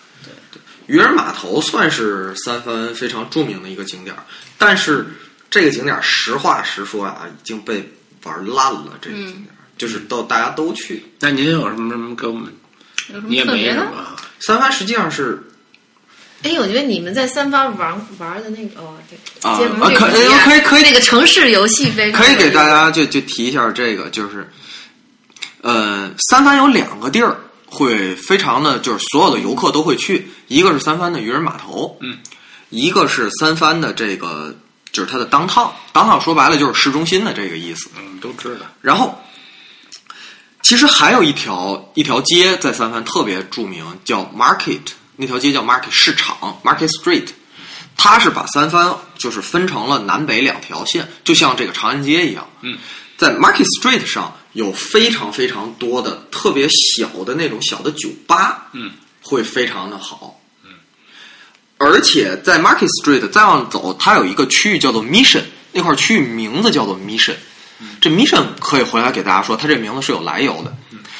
[SPEAKER 1] 渔人码头算是三藩非常著名的一个景点儿，但是这个景点儿实话实说啊，已经被玩烂了。这个
[SPEAKER 5] 嗯
[SPEAKER 1] 景点儿、就是到大家都去。
[SPEAKER 2] 那您有什么什么给我们？
[SPEAKER 4] 有什
[SPEAKER 2] 你
[SPEAKER 4] 么
[SPEAKER 2] 也
[SPEAKER 4] 特
[SPEAKER 2] 没
[SPEAKER 4] 别
[SPEAKER 2] 什
[SPEAKER 4] 的？
[SPEAKER 2] 么啊，
[SPEAKER 1] 三藩实际上是
[SPEAKER 5] 哎，我觉得你们在三八玩玩的那个哦，对，
[SPEAKER 1] 啊
[SPEAKER 5] 接不
[SPEAKER 1] 啊
[SPEAKER 5] 是
[SPEAKER 1] 可
[SPEAKER 5] 这个
[SPEAKER 1] 可以可以
[SPEAKER 5] 那个城市游戏非常
[SPEAKER 1] 可以给大
[SPEAKER 5] 有意
[SPEAKER 1] 家就就提一下这个，就是呃，三藩有两个地儿会非常的，就是所有的游客都会去，一个是三藩的渔人码头，
[SPEAKER 2] 嗯，
[SPEAKER 1] 一个是三藩的这个就是它的当趟，当趟说白了就是市中心的这个意思。
[SPEAKER 2] 嗯，都知道。
[SPEAKER 1] 然后，其实还有一条一条街在三藩特别著名，叫 Market，那条街叫 Market 市场 Market Street，它是把三藩就是分成了南北两条线，就像这个长安街一样。
[SPEAKER 2] 嗯，
[SPEAKER 1] 在 Market Street 上有非常非常多的特别小的那种小的酒吧。
[SPEAKER 2] 嗯，
[SPEAKER 1] 会非常的好。而且在 Market Street 再往走，它有一个区域叫做 Mission，那块区域名字叫做 Mission。这 Mission 可以回来给大家说，它这名字是有来由的。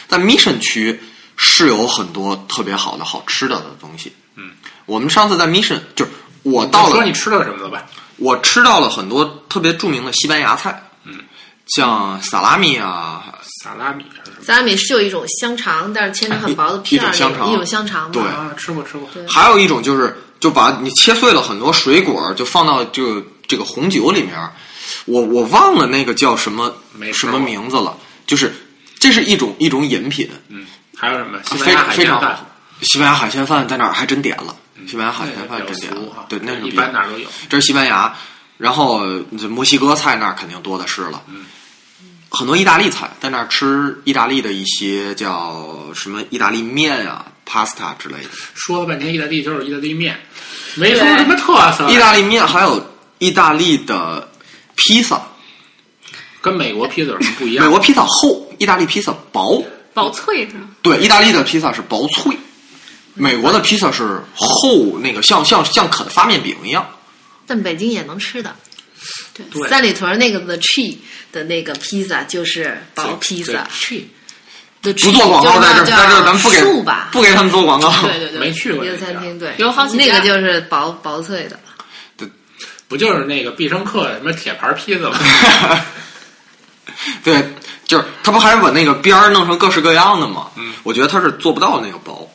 [SPEAKER 1] 在 Mission 区是有很多特别好的好吃的的东西。
[SPEAKER 2] 嗯，
[SPEAKER 1] 我们上次在 Mission 就是我
[SPEAKER 2] 你
[SPEAKER 1] 到
[SPEAKER 2] 说
[SPEAKER 1] 了，
[SPEAKER 2] 你吃了什么了吧？
[SPEAKER 1] 我吃到了很多特别著名的西班牙菜，嗯，像萨拉米啊，
[SPEAKER 2] 萨拉米还是什
[SPEAKER 5] 思。咱们也是有一种香肠，但是切成很薄的片儿
[SPEAKER 1] 啊一一种
[SPEAKER 5] 那
[SPEAKER 1] 香肠
[SPEAKER 5] 种，一种香肠
[SPEAKER 1] 对
[SPEAKER 5] 嘛。
[SPEAKER 2] 么啊？吃过吃过。
[SPEAKER 5] 对
[SPEAKER 1] 还有一种就是，就把你切碎了很多水果，就放到这个这个红酒里面。我我忘了那个叫什么
[SPEAKER 2] 没吃
[SPEAKER 1] 什
[SPEAKER 2] 过
[SPEAKER 1] 么名字了，就是这是一种一种饮品，
[SPEAKER 2] 嗯，还有什么？西班
[SPEAKER 1] 非
[SPEAKER 2] 牙海
[SPEAKER 1] 非
[SPEAKER 2] 鲜
[SPEAKER 1] 常
[SPEAKER 2] 饭
[SPEAKER 1] 好。西班牙海鲜饭在那儿还真点了，西班牙海鲜
[SPEAKER 2] 嗯啊那
[SPEAKER 1] 饭
[SPEAKER 2] 个比
[SPEAKER 1] 真
[SPEAKER 2] 较
[SPEAKER 1] 点
[SPEAKER 2] 俗
[SPEAKER 1] 了
[SPEAKER 2] 哈，，
[SPEAKER 1] 对，那是
[SPEAKER 2] 一
[SPEAKER 1] 比
[SPEAKER 2] 般哪儿都有。
[SPEAKER 1] 这是西班牙，然后这墨西哥菜那儿肯定多的是了，
[SPEAKER 2] 嗯
[SPEAKER 1] 很多意大利菜在那儿吃意大利的一些叫什么意大利面啊、pasta 之类的。
[SPEAKER 2] 说了半天意大利就是意大利面，没说什么特色。
[SPEAKER 1] 意大利面还有意大利的披萨，
[SPEAKER 2] 跟美国披萨有什么不一样？
[SPEAKER 1] 美国披萨厚，意大利披萨薄。
[SPEAKER 4] 薄脆是吗？
[SPEAKER 1] 对，意大利的披萨是薄脆，美国的披萨是厚，那个像像像啃发面饼一样。
[SPEAKER 5] 但北京也能吃的。
[SPEAKER 2] 对
[SPEAKER 5] 三里屯那个 The Tree 的那个披萨就是薄披萨
[SPEAKER 2] 去
[SPEAKER 5] ，The
[SPEAKER 1] 不做广告，在这儿，在这儿咱们不给
[SPEAKER 5] 树吧，
[SPEAKER 1] 不给他们做广告。
[SPEAKER 4] 对对对，
[SPEAKER 2] 哦没去过
[SPEAKER 5] 一个
[SPEAKER 2] 那家
[SPEAKER 5] 餐厅，对，
[SPEAKER 4] 有好几
[SPEAKER 5] 那
[SPEAKER 4] 家
[SPEAKER 5] 个就是薄薄 脆的，
[SPEAKER 2] 不就是那个必胜客什么铁盘披萨吗？
[SPEAKER 1] 对，就是他不还把那个边儿弄成各式各样的吗？嗯，我觉得他是做不到那个薄。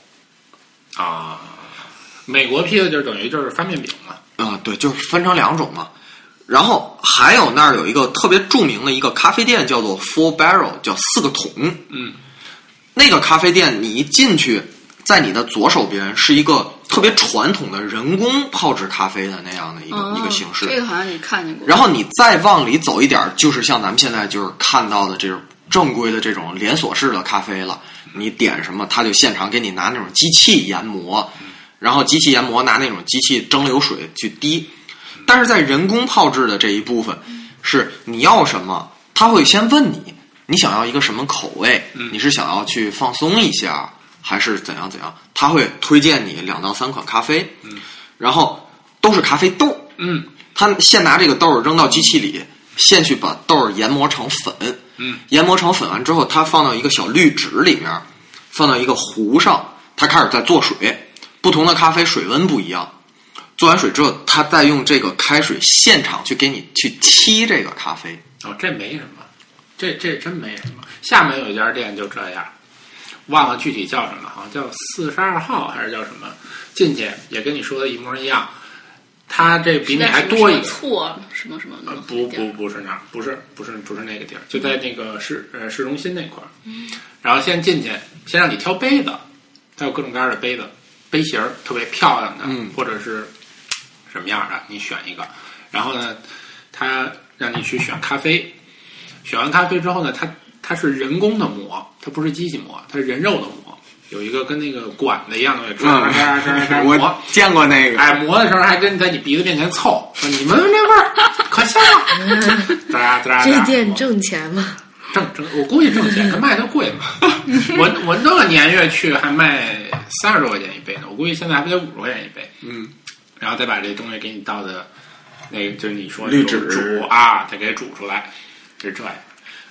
[SPEAKER 2] 啊，美国披萨就等于就是发面饼嘛。
[SPEAKER 1] 啊、对，就是分成两种嘛。然后还有那儿有一个特别著名的一个咖啡店，叫做 Four Barrel，叫四个桶。
[SPEAKER 2] 嗯，
[SPEAKER 1] 那个咖啡店你一进去，在你的左手边是一个特别传统的人工泡制咖啡的那样的一个、一个形式。
[SPEAKER 4] 哦这个好像你看见过。
[SPEAKER 1] 然后你再往里走一点儿，就是像咱们现在就是看到的这种正规的这种连锁式的咖啡了。你点什么，他就现场给你拿那种机器研磨，然后机器研磨拿那种机器蒸馏水去滴。但是在人工泡制的这一部分，是你要什么，他会先问你，你想要一个什么口味，你是想要去放松一下，还是怎样怎样？他会推荐你两到三款咖啡，然后都是咖啡豆，
[SPEAKER 2] 嗯，
[SPEAKER 1] 他现拿这个豆儿扔到机器里，先去把豆儿研磨成粉。
[SPEAKER 2] 嗯，
[SPEAKER 1] 研磨成粉完之后，他放到一个小滤纸里面，放到一个壶上，他开始在做水。不同的咖啡水温不一样，做完水之后，他再用这个开水现场去给你去沏这个咖啡。
[SPEAKER 2] 哦，这没什么，这这真没什么。厦门有一家店就这样，忘了具体叫什么，好像叫四十二号还是叫什么，进去也跟你说的一模一样，他这比你还多一个。
[SPEAKER 4] 错啊什么什么的
[SPEAKER 2] 呃，不不不是那儿，不是不是不是那个地儿，就在那个市呃市中心那块儿。然后先进去，先让你挑杯子，它有各种各样的杯子，杯型儿特别漂亮的，
[SPEAKER 1] 嗯
[SPEAKER 2] 或者是什么样的，你选一个。然后呢，它让你去选咖啡，选完咖啡之后呢，它它是人工的磨，它不是机器磨，它是人肉的磨，有一个跟那个管子一样的，抓
[SPEAKER 1] 嗯
[SPEAKER 2] 抓抓抓抓磨。
[SPEAKER 1] 我见过那个，
[SPEAKER 2] 哎，磨的时候还跟在你鼻子面前凑，说你闻闻这味儿，可香
[SPEAKER 1] 哎
[SPEAKER 2] 了。哒 哒哒哒，
[SPEAKER 5] 嗯这店挣钱吗？
[SPEAKER 2] 挣挣，我估计挣钱，它卖的贵嘛。我我那个年月去还卖三十多块钱一杯呢，我估计现在还不得五十块钱一杯。
[SPEAKER 1] 嗯，
[SPEAKER 2] 然后再把这东西给你倒的，那个就是你说
[SPEAKER 1] 绿
[SPEAKER 2] 那种
[SPEAKER 1] 纸
[SPEAKER 2] 煮啊，再给煮出来，是这样。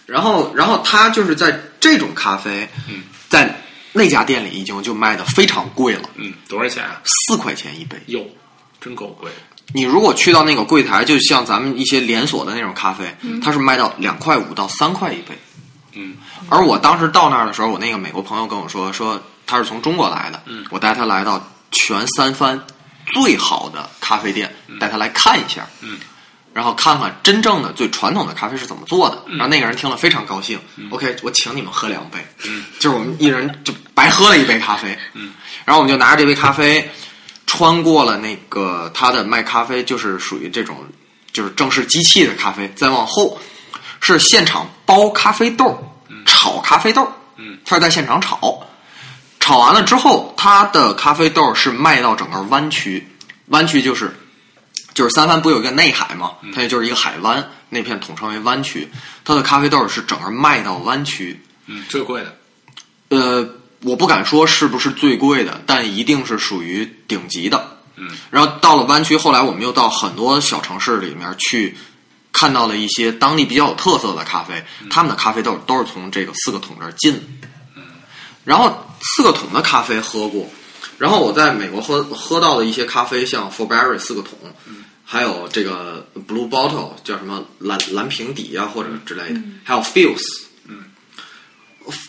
[SPEAKER 1] 然后然后他就是在这种咖啡，
[SPEAKER 2] 嗯
[SPEAKER 1] 在那家店里已经就卖的非常贵了，
[SPEAKER 2] 嗯，多少钱啊？
[SPEAKER 1] 四块钱一杯。
[SPEAKER 2] 哟，真够贵。
[SPEAKER 1] 你如果去到那个柜台，就像咱们一些连锁的那种咖啡，它是卖到两块五到三块一杯。
[SPEAKER 2] 嗯，
[SPEAKER 1] 而我当时到那儿的时候，我那个美国朋友跟我说，说他是从中国来的，
[SPEAKER 2] 嗯
[SPEAKER 1] 我带他来到全三藩最好的咖啡店，带他来看一下，
[SPEAKER 2] 嗯，
[SPEAKER 1] 然后看看真正的最传统的咖啡是怎么做的。然后那个人听了非常高兴、o k 我请你们喝两杯，
[SPEAKER 2] 嗯，
[SPEAKER 1] 就是我们一人就白喝了一杯咖啡，
[SPEAKER 2] 嗯，
[SPEAKER 1] 然后我们就拿着这杯咖啡，穿过了那个他的卖咖啡，就是属于这种就是正式机器的咖啡，再往后是现场包咖啡豆，炒咖啡豆，
[SPEAKER 2] 嗯，
[SPEAKER 1] 他是在现场炒，炒完了之后，他的咖啡豆是卖到整个湾区，湾区就是就是三藩不有一个内海嘛，
[SPEAKER 2] 嗯
[SPEAKER 1] 它也就是一个海湾，那片统称为湾区，它的咖啡豆是整个卖到湾区，
[SPEAKER 2] 嗯，最贵的。
[SPEAKER 1] 呃，我不敢说是不是最贵的，但一定是属于顶级的。
[SPEAKER 2] 嗯，
[SPEAKER 1] 然后到了湾区，后来我们又到很多小城市里面去，看到了一些当地比较有特色的咖啡，他们的咖啡豆都是从这个四个桶这儿进的。然后四个桶的咖啡喝过，然后我在美国喝喝到的一些咖啡，像 f o r b e r r y 四个桶，还有这个 Blue Bottle 叫什么蓝蓝瓶底啊或者之类的，还有 Fields。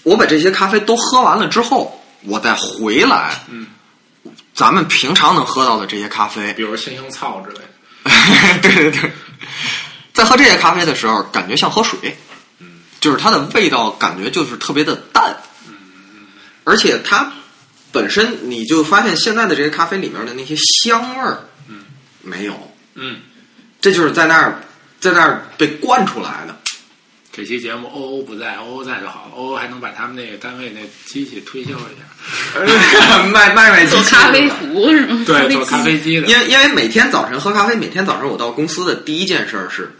[SPEAKER 1] 我把这些咖啡都喝完了之后，我再回来，
[SPEAKER 2] 嗯，
[SPEAKER 1] 咱们平常能喝到的这些咖啡，
[SPEAKER 2] 比如星星草之类 的，
[SPEAKER 1] 对对对，在喝这些咖啡的时候，感觉像喝水，就是它的味道感觉就是特别的淡，而且它本身你就发现现在的这些咖啡里面的那些香味儿，没有，
[SPEAKER 2] 嗯，
[SPEAKER 1] 这就是在那儿在那儿被惯出来的，
[SPEAKER 2] 这期节目欧欧不在，欧欧在就好了，欧欧还能把他们那个单位那机器推销一 下。
[SPEAKER 1] 卖卖卖
[SPEAKER 4] 做咖啡壶是吗？
[SPEAKER 2] 对，做咖啡机的，
[SPEAKER 1] 因为因为每天早晨喝咖啡，每天早晨我到公司的第一件事儿是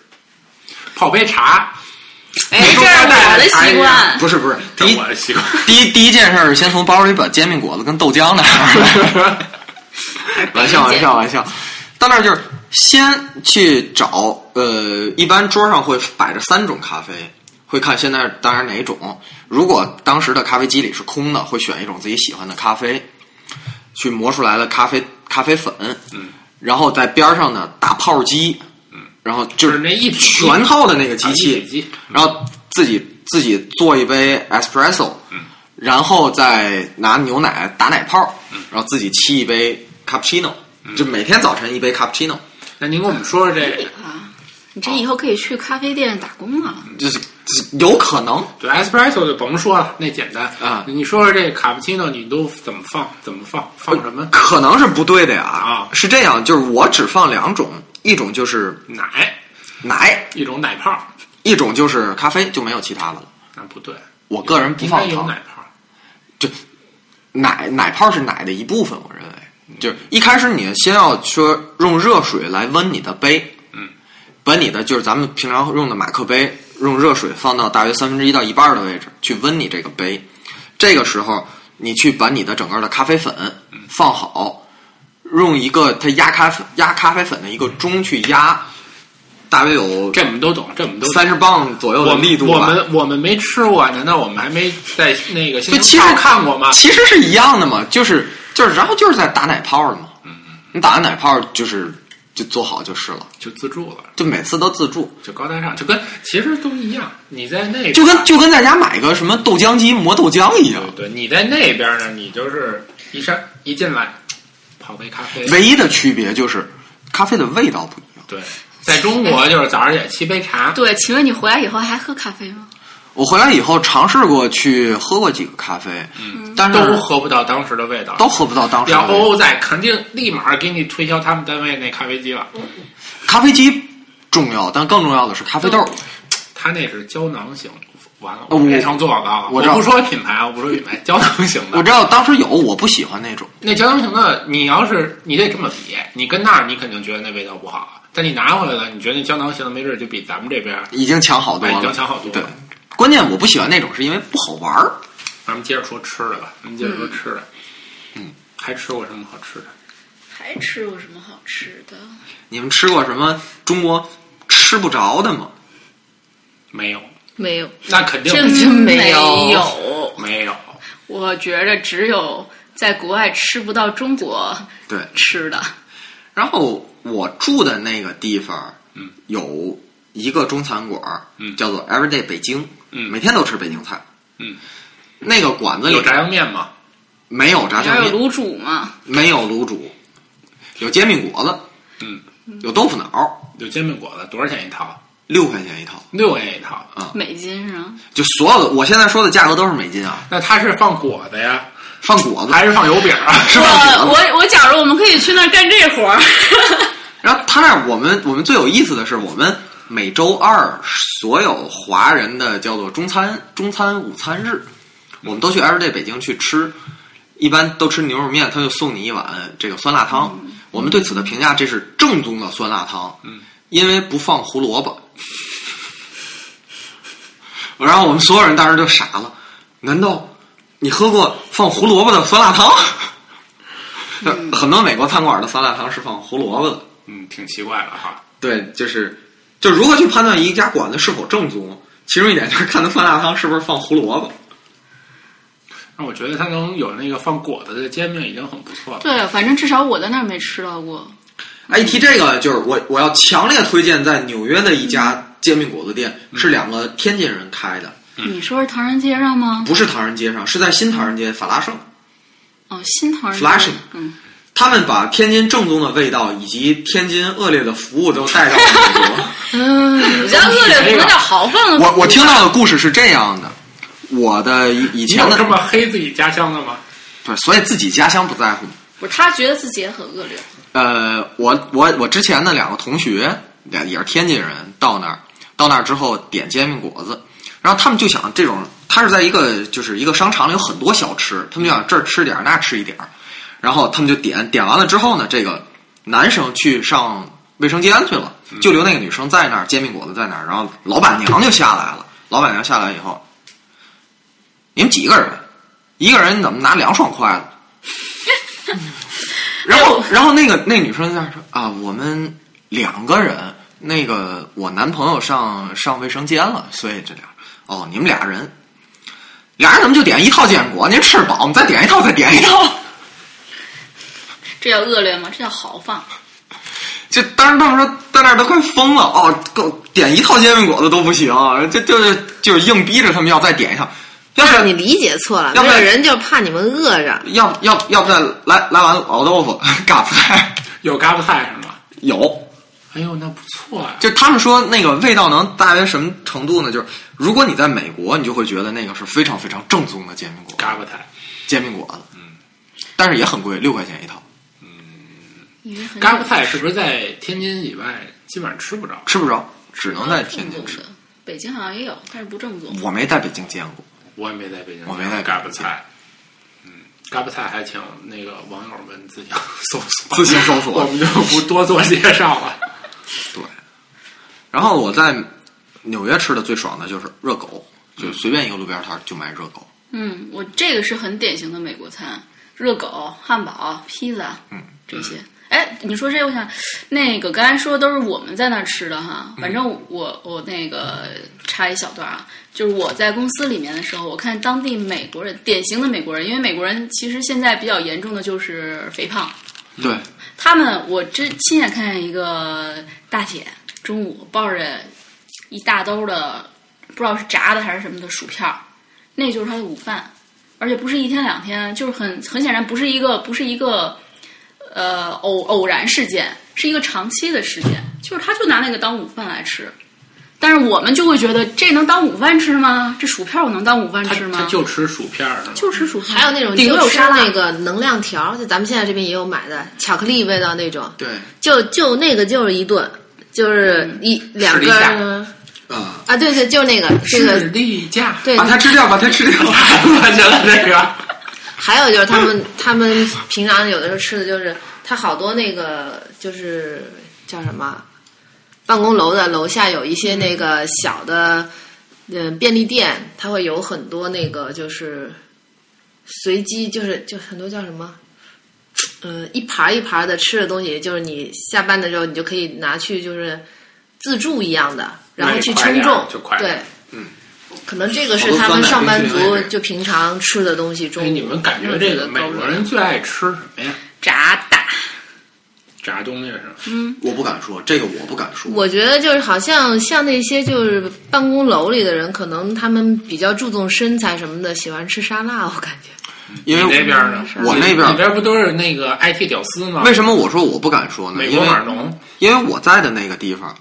[SPEAKER 2] 泡杯茶，
[SPEAKER 4] 哎，这是我的习惯。
[SPEAKER 1] 不是不是，第
[SPEAKER 2] 这
[SPEAKER 1] 一
[SPEAKER 2] 我的习惯。
[SPEAKER 1] 第一第一件事儿，先从包里把煎饼果子跟豆浆拿出 来。玩笑玩笑玩笑，到那儿就是先去找呃，一般桌上会摆着三种咖啡，会看现在当然哪一种。如果当时的咖啡机里是空的，会选一种自己喜欢的咖啡，去磨出来的咖啡咖啡粉，
[SPEAKER 2] 嗯，
[SPEAKER 1] 然后在边上呢打泡机，嗯，然后就
[SPEAKER 2] 就是那一
[SPEAKER 1] 全套的那个机
[SPEAKER 2] 打一
[SPEAKER 1] 器，
[SPEAKER 2] 体机
[SPEAKER 1] 然后自己自己做一杯 espresso，
[SPEAKER 2] 嗯，
[SPEAKER 1] 然后再拿牛奶打奶泡，嗯，然后自己沏一杯 cappuccino，、就
[SPEAKER 2] 嗯
[SPEAKER 1] 每天早晨一杯 cappuccino，
[SPEAKER 2] 那您给我们说说这个
[SPEAKER 4] 啊，你这以后可以去咖啡店打工啊了。
[SPEAKER 2] 嗯
[SPEAKER 1] 就是就是有可能
[SPEAKER 2] 对 espresso 就甭说了，那简单
[SPEAKER 1] 啊
[SPEAKER 2] 你说说这卡布奇诺，你都怎么放？怎么放？放什么？
[SPEAKER 1] 可能是不对的呀
[SPEAKER 2] 啊
[SPEAKER 1] 是这样，就是我只放两种，一种就是
[SPEAKER 2] 奶，
[SPEAKER 1] 奶，
[SPEAKER 2] 一种奶泡。
[SPEAKER 1] 一种就是咖啡，就没有其他的了。
[SPEAKER 2] 那不对，
[SPEAKER 1] 我个人不
[SPEAKER 2] 应该
[SPEAKER 1] 放
[SPEAKER 2] 有
[SPEAKER 1] 糖，
[SPEAKER 2] 奶泡。
[SPEAKER 1] 就奶奶泡是奶的一部分，我认为，就是一开始你先要说用热水来温你的杯，
[SPEAKER 2] 嗯，
[SPEAKER 1] 把你的就是咱们平常用的马克杯，用热水放到大约三分之一到一半的位置去温你这个杯，这个时候你去把你的整个的咖啡粉
[SPEAKER 2] 嗯
[SPEAKER 1] 放好，用一个它压咖啡压咖啡粉的一个钟去压，大约有
[SPEAKER 2] 这我们都懂，这我们都懂。
[SPEAKER 1] 三十磅左右
[SPEAKER 2] 我
[SPEAKER 1] 的
[SPEAKER 2] 们
[SPEAKER 1] 力度吧。
[SPEAKER 2] 我们我们没吃过，难道我们还没在那个
[SPEAKER 1] 就
[SPEAKER 2] 新
[SPEAKER 1] 其
[SPEAKER 2] 京
[SPEAKER 1] 实
[SPEAKER 2] 报看过吗？
[SPEAKER 1] 其实是一样的嘛，就是就是，然后就是在打奶泡的嘛。
[SPEAKER 2] 嗯
[SPEAKER 1] 你打完奶泡就是就做好就是了，
[SPEAKER 2] 就自助了，
[SPEAKER 1] 就每次都自助，
[SPEAKER 2] 就高大上，就跟其实都一样。你在那边
[SPEAKER 1] 就跟就跟在家买个什么豆浆机磨豆浆一样。
[SPEAKER 2] 对，你在那边呢，你就是一上一进来，泡杯咖啡。
[SPEAKER 1] 唯一的区别就是咖啡的味道不一样。
[SPEAKER 2] 对，在中国就是早上也沏杯茶，
[SPEAKER 4] 对，请问你回来以后还喝咖啡吗？
[SPEAKER 1] 我回来以后尝试过去喝过几个咖啡，但是
[SPEAKER 2] 嗯都喝不到当时的味道。
[SPEAKER 1] 都喝不到当时的
[SPEAKER 2] 要
[SPEAKER 1] 味道
[SPEAKER 2] 欧欧在，肯定立马给你推销他们单位那咖啡机了。
[SPEAKER 1] 嗯咖啡机重要，但更重要的是咖啡豆。
[SPEAKER 2] 他那是胶囊型，完了，
[SPEAKER 1] 哦我
[SPEAKER 2] 别成做广告了。
[SPEAKER 1] 我
[SPEAKER 2] 我
[SPEAKER 1] 知道
[SPEAKER 2] 不说品牌 啊，我不说品牌，胶囊型
[SPEAKER 1] 我
[SPEAKER 2] 的。
[SPEAKER 1] 知道当时有，我不喜欢那种。
[SPEAKER 2] 那胶囊型的，你要是你得这么比，你跟那儿你肯定觉得那味道不好啊，但你拿回来了，你觉得那胶囊型的没准就比咱们这边儿。
[SPEAKER 1] 已经强好多
[SPEAKER 2] 哎
[SPEAKER 1] 了，
[SPEAKER 2] 已经强好多了
[SPEAKER 1] 对，关键我不喜欢那种，是因为不好玩儿。
[SPEAKER 2] 咱们接着说吃的吧，咱们接着说吃的。嗯，还吃过什么好吃的？
[SPEAKER 4] 还吃过什么好吃的？
[SPEAKER 1] 你们吃过什么中国吃不着的吗？
[SPEAKER 2] 没有，
[SPEAKER 5] 没有，
[SPEAKER 2] 那肯定
[SPEAKER 4] 真
[SPEAKER 5] 真
[SPEAKER 4] 没
[SPEAKER 5] 没有
[SPEAKER 4] 有。
[SPEAKER 2] 没有。
[SPEAKER 4] 我觉着只有在国外吃不到中国
[SPEAKER 1] 对，
[SPEAKER 4] 吃的。
[SPEAKER 1] 然后我住的那个地方，
[SPEAKER 2] 嗯，
[SPEAKER 1] 有一个中餐馆儿，
[SPEAKER 2] 嗯
[SPEAKER 1] 叫做 Everyday 北京，
[SPEAKER 2] 嗯
[SPEAKER 1] 每天都吃北京菜，
[SPEAKER 2] 嗯，
[SPEAKER 1] 那个馆子里
[SPEAKER 2] 有炸酱面吗？
[SPEAKER 1] 没有炸
[SPEAKER 4] 还
[SPEAKER 1] 酱
[SPEAKER 4] 有
[SPEAKER 1] 面，
[SPEAKER 4] 卤煮嘛？
[SPEAKER 1] 没有卤煮，有煎饼果子，
[SPEAKER 2] 嗯，
[SPEAKER 1] 有豆腐脑儿，
[SPEAKER 2] 有煎饼果子，多少钱一套？
[SPEAKER 1] 六块钱一套，
[SPEAKER 2] 六块钱一套。
[SPEAKER 4] 美金是吗？
[SPEAKER 1] 就所有的我现在说的价格都是美金啊，
[SPEAKER 2] 那它是放果子呀，
[SPEAKER 1] 放果子
[SPEAKER 2] 还是放油饼啊？
[SPEAKER 1] 是吧
[SPEAKER 4] 我我我觉着我们可以去那儿干这活儿。
[SPEAKER 1] 然后他那儿，我们我们最有意思的是，我们每周二所有华人的叫做中餐、中餐、午餐日，我们都去 Everyday 北京去吃，一般都吃牛肉面，他就送你一碗这个酸辣汤。我们对此的评价，这是正宗的酸辣汤，
[SPEAKER 2] 嗯，
[SPEAKER 1] 因为不放胡萝卜。然后我们所有人当时就傻了，难道你喝过放胡萝卜的酸辣汤？很多美国餐馆的酸辣汤是放胡萝卜的。
[SPEAKER 2] 嗯，挺奇怪的哈。
[SPEAKER 1] 对，就是就如何去判断一家馆子是否正宗，其中一点就是看它酸辣汤是不是放胡萝卜。
[SPEAKER 2] 那我觉得它能有那个放果子的煎饼已经很不错了。
[SPEAKER 4] 对，反正至少我在那儿没吃到过。
[SPEAKER 1] 哎，一提这个，就是我我要强烈推荐在纽约的一家煎饼果子店，是两个天津人开的，
[SPEAKER 4] 你说是唐人街上吗？
[SPEAKER 1] 不是唐人街上，是在新唐人街法拉盛。
[SPEAKER 4] 哦，新唐人街。
[SPEAKER 1] Flashing
[SPEAKER 4] 嗯，
[SPEAKER 1] 他们把天津正宗的味道以及天津恶劣的服务都带到了美国。
[SPEAKER 4] 我家恶劣不能叫豪放了。
[SPEAKER 1] 我我听到的故事是这样的，我的以以
[SPEAKER 2] 你
[SPEAKER 1] 前
[SPEAKER 2] 有
[SPEAKER 1] 的
[SPEAKER 2] 这么黑自己家乡的吗？
[SPEAKER 1] 不是，所以自己家乡不在乎。
[SPEAKER 4] 不是他觉得自己也很恶劣。
[SPEAKER 1] 呃，我我我之前的两个同学，也也是天津人，到那儿，到那儿之后点煎饼果子，然后他们就想这种，他是在一个就是一个商场里有很多小吃，他们就想这儿吃点儿那儿吃一点儿，然后他们就点点完了之后呢，这个男生去上卫生间去了，就留那个女生在那儿煎饼果子在那儿，然后老板娘就下来了，老板娘下来以后，你们几个人？一个人怎么拿两双筷子？然后，然后那个那女生在那说啊，我们两个人，那个我男朋友上上卫生间了，所以这俩哦，你们俩人，俩人怎么就点一套坚果？您吃饱，我们再点一套，再点一套。
[SPEAKER 4] 这叫恶劣吗？这叫豪放。
[SPEAKER 1] 就当时他们说在那儿都快疯了哦，够点一套煎饼果子都不行，就就是就是硬逼着他们要再点一套，要
[SPEAKER 5] 就是
[SPEAKER 1] 是
[SPEAKER 5] 你理解错了，
[SPEAKER 1] 要不
[SPEAKER 5] 没
[SPEAKER 1] 然
[SPEAKER 5] 有人就是怕你们饿着。
[SPEAKER 1] 要要要不再来来碗老豆腐嘎菜
[SPEAKER 2] 有嘎巴菜是吗？
[SPEAKER 1] 有，
[SPEAKER 2] 哎呦，那不错啊！
[SPEAKER 1] 就他们说那个味道能大约什么程度呢？就是如果你在美国，你就会觉得那个是非常非常正宗的煎饼果子
[SPEAKER 2] 嘎巴菜，
[SPEAKER 1] 煎饼果子，嗯，但是也很贵，六块钱一套，
[SPEAKER 2] 嘎巴菜是不是在天津以外基本上吃不着？
[SPEAKER 1] 吃不着，只能在天津吃
[SPEAKER 4] 嗯正宗。的，北京好像也有，但是不正宗。
[SPEAKER 1] 我没在北京见过，
[SPEAKER 2] 我也没在北京，
[SPEAKER 1] 我没在
[SPEAKER 2] 嘎巴
[SPEAKER 1] 北京
[SPEAKER 2] 菜。嗯，嘎巴菜还请那个网友们 自行搜索，
[SPEAKER 1] 自行搜索
[SPEAKER 2] 我们就不多做介绍了。
[SPEAKER 1] 对，然后我在纽约吃的最爽的就是热狗，就随便一个路边摊儿就买热狗。
[SPEAKER 4] 嗯，我这个是很典型的美国餐，热狗、汉堡、披萨，嗯，这些。哎，你说这个我想，那个刚才说都是我们在那儿吃的
[SPEAKER 1] 嗯
[SPEAKER 4] 哈，反正我我那个插一小段啊，就是我在公司里面的时候，我看当地美国人，典型的美国人，因为美国人其实现在比较严重的就是肥胖，
[SPEAKER 1] 对，
[SPEAKER 4] 他们，我之亲眼看见一个大姐中午抱着一大兜的，不知道是炸的还是什么的薯片儿，那就是她的午饭，而且不是一天两天，就是很很显然不是一个不是一个呃偶偶然事件，是一个长期的事件，就是她就拿那个当午饭来吃。但是我们就会觉得这能当午饭吃吗？这薯片我能当午饭
[SPEAKER 2] 他
[SPEAKER 4] 吃吗？
[SPEAKER 2] 他就吃薯片儿，
[SPEAKER 4] 就吃薯片，
[SPEAKER 5] 还有那种
[SPEAKER 4] 顶多
[SPEAKER 5] 就
[SPEAKER 4] 有
[SPEAKER 5] 吃
[SPEAKER 4] 沙拉
[SPEAKER 5] 那个能量条，就咱们现在这边也有买的巧克力味道那种，
[SPEAKER 1] 对，
[SPEAKER 5] 就就那个就是一顿，就是一两
[SPEAKER 2] 嗯吃了一下
[SPEAKER 5] 个
[SPEAKER 1] 啊、
[SPEAKER 5] 啊，对对，就那个这
[SPEAKER 2] 士
[SPEAKER 5] 个
[SPEAKER 2] 力架，
[SPEAKER 5] 对
[SPEAKER 1] 把它吃掉，把它吃掉。
[SPEAKER 2] 我觉得这个
[SPEAKER 5] 还有就是他们 他们平常有的时候吃的就是他好多那个就是叫什么办公楼的楼下有一些那个小的嗯、呃便利店，它会有很多那个就是随机就是就很多叫什么。呃，一盘儿一盘儿的吃的东西，就是你下班的时候，你就可以拿去，就是自助一样的，然后
[SPEAKER 2] 买
[SPEAKER 5] 去
[SPEAKER 2] 快
[SPEAKER 5] 称
[SPEAKER 2] 点
[SPEAKER 5] 重
[SPEAKER 2] 儿就快，点
[SPEAKER 5] 对
[SPEAKER 2] 儿，
[SPEAKER 1] 嗯，
[SPEAKER 5] 可能这个
[SPEAKER 1] 好
[SPEAKER 5] 是
[SPEAKER 1] 多
[SPEAKER 5] 他
[SPEAKER 1] 酸
[SPEAKER 5] 们
[SPEAKER 1] 奶
[SPEAKER 5] 上
[SPEAKER 1] 冰淇
[SPEAKER 5] 班
[SPEAKER 1] 淋
[SPEAKER 5] 族
[SPEAKER 1] 那个
[SPEAKER 5] 就平常吃的东西中
[SPEAKER 2] 哎，
[SPEAKER 5] 午。
[SPEAKER 2] 你们感觉这个美国人最爱吃什么呀？
[SPEAKER 4] 炸大。
[SPEAKER 2] 炸东西是吗？
[SPEAKER 1] 我不敢说这个，我不敢说。
[SPEAKER 5] 我觉得就是好像像那些就是办公楼里的人，可能他们比较注重身材什么的，喜欢吃沙拉。我感觉
[SPEAKER 1] 因为
[SPEAKER 2] 你那边儿呢？
[SPEAKER 1] 我
[SPEAKER 2] 你
[SPEAKER 1] 那边
[SPEAKER 2] 你
[SPEAKER 1] 儿
[SPEAKER 2] 边儿不都是那个 IT 屌丝吗？
[SPEAKER 1] 为什么我说我不敢说呢？嗯
[SPEAKER 2] 美
[SPEAKER 1] 因
[SPEAKER 2] 国
[SPEAKER 1] 为
[SPEAKER 2] 码农，
[SPEAKER 1] 因为我在的那个地方，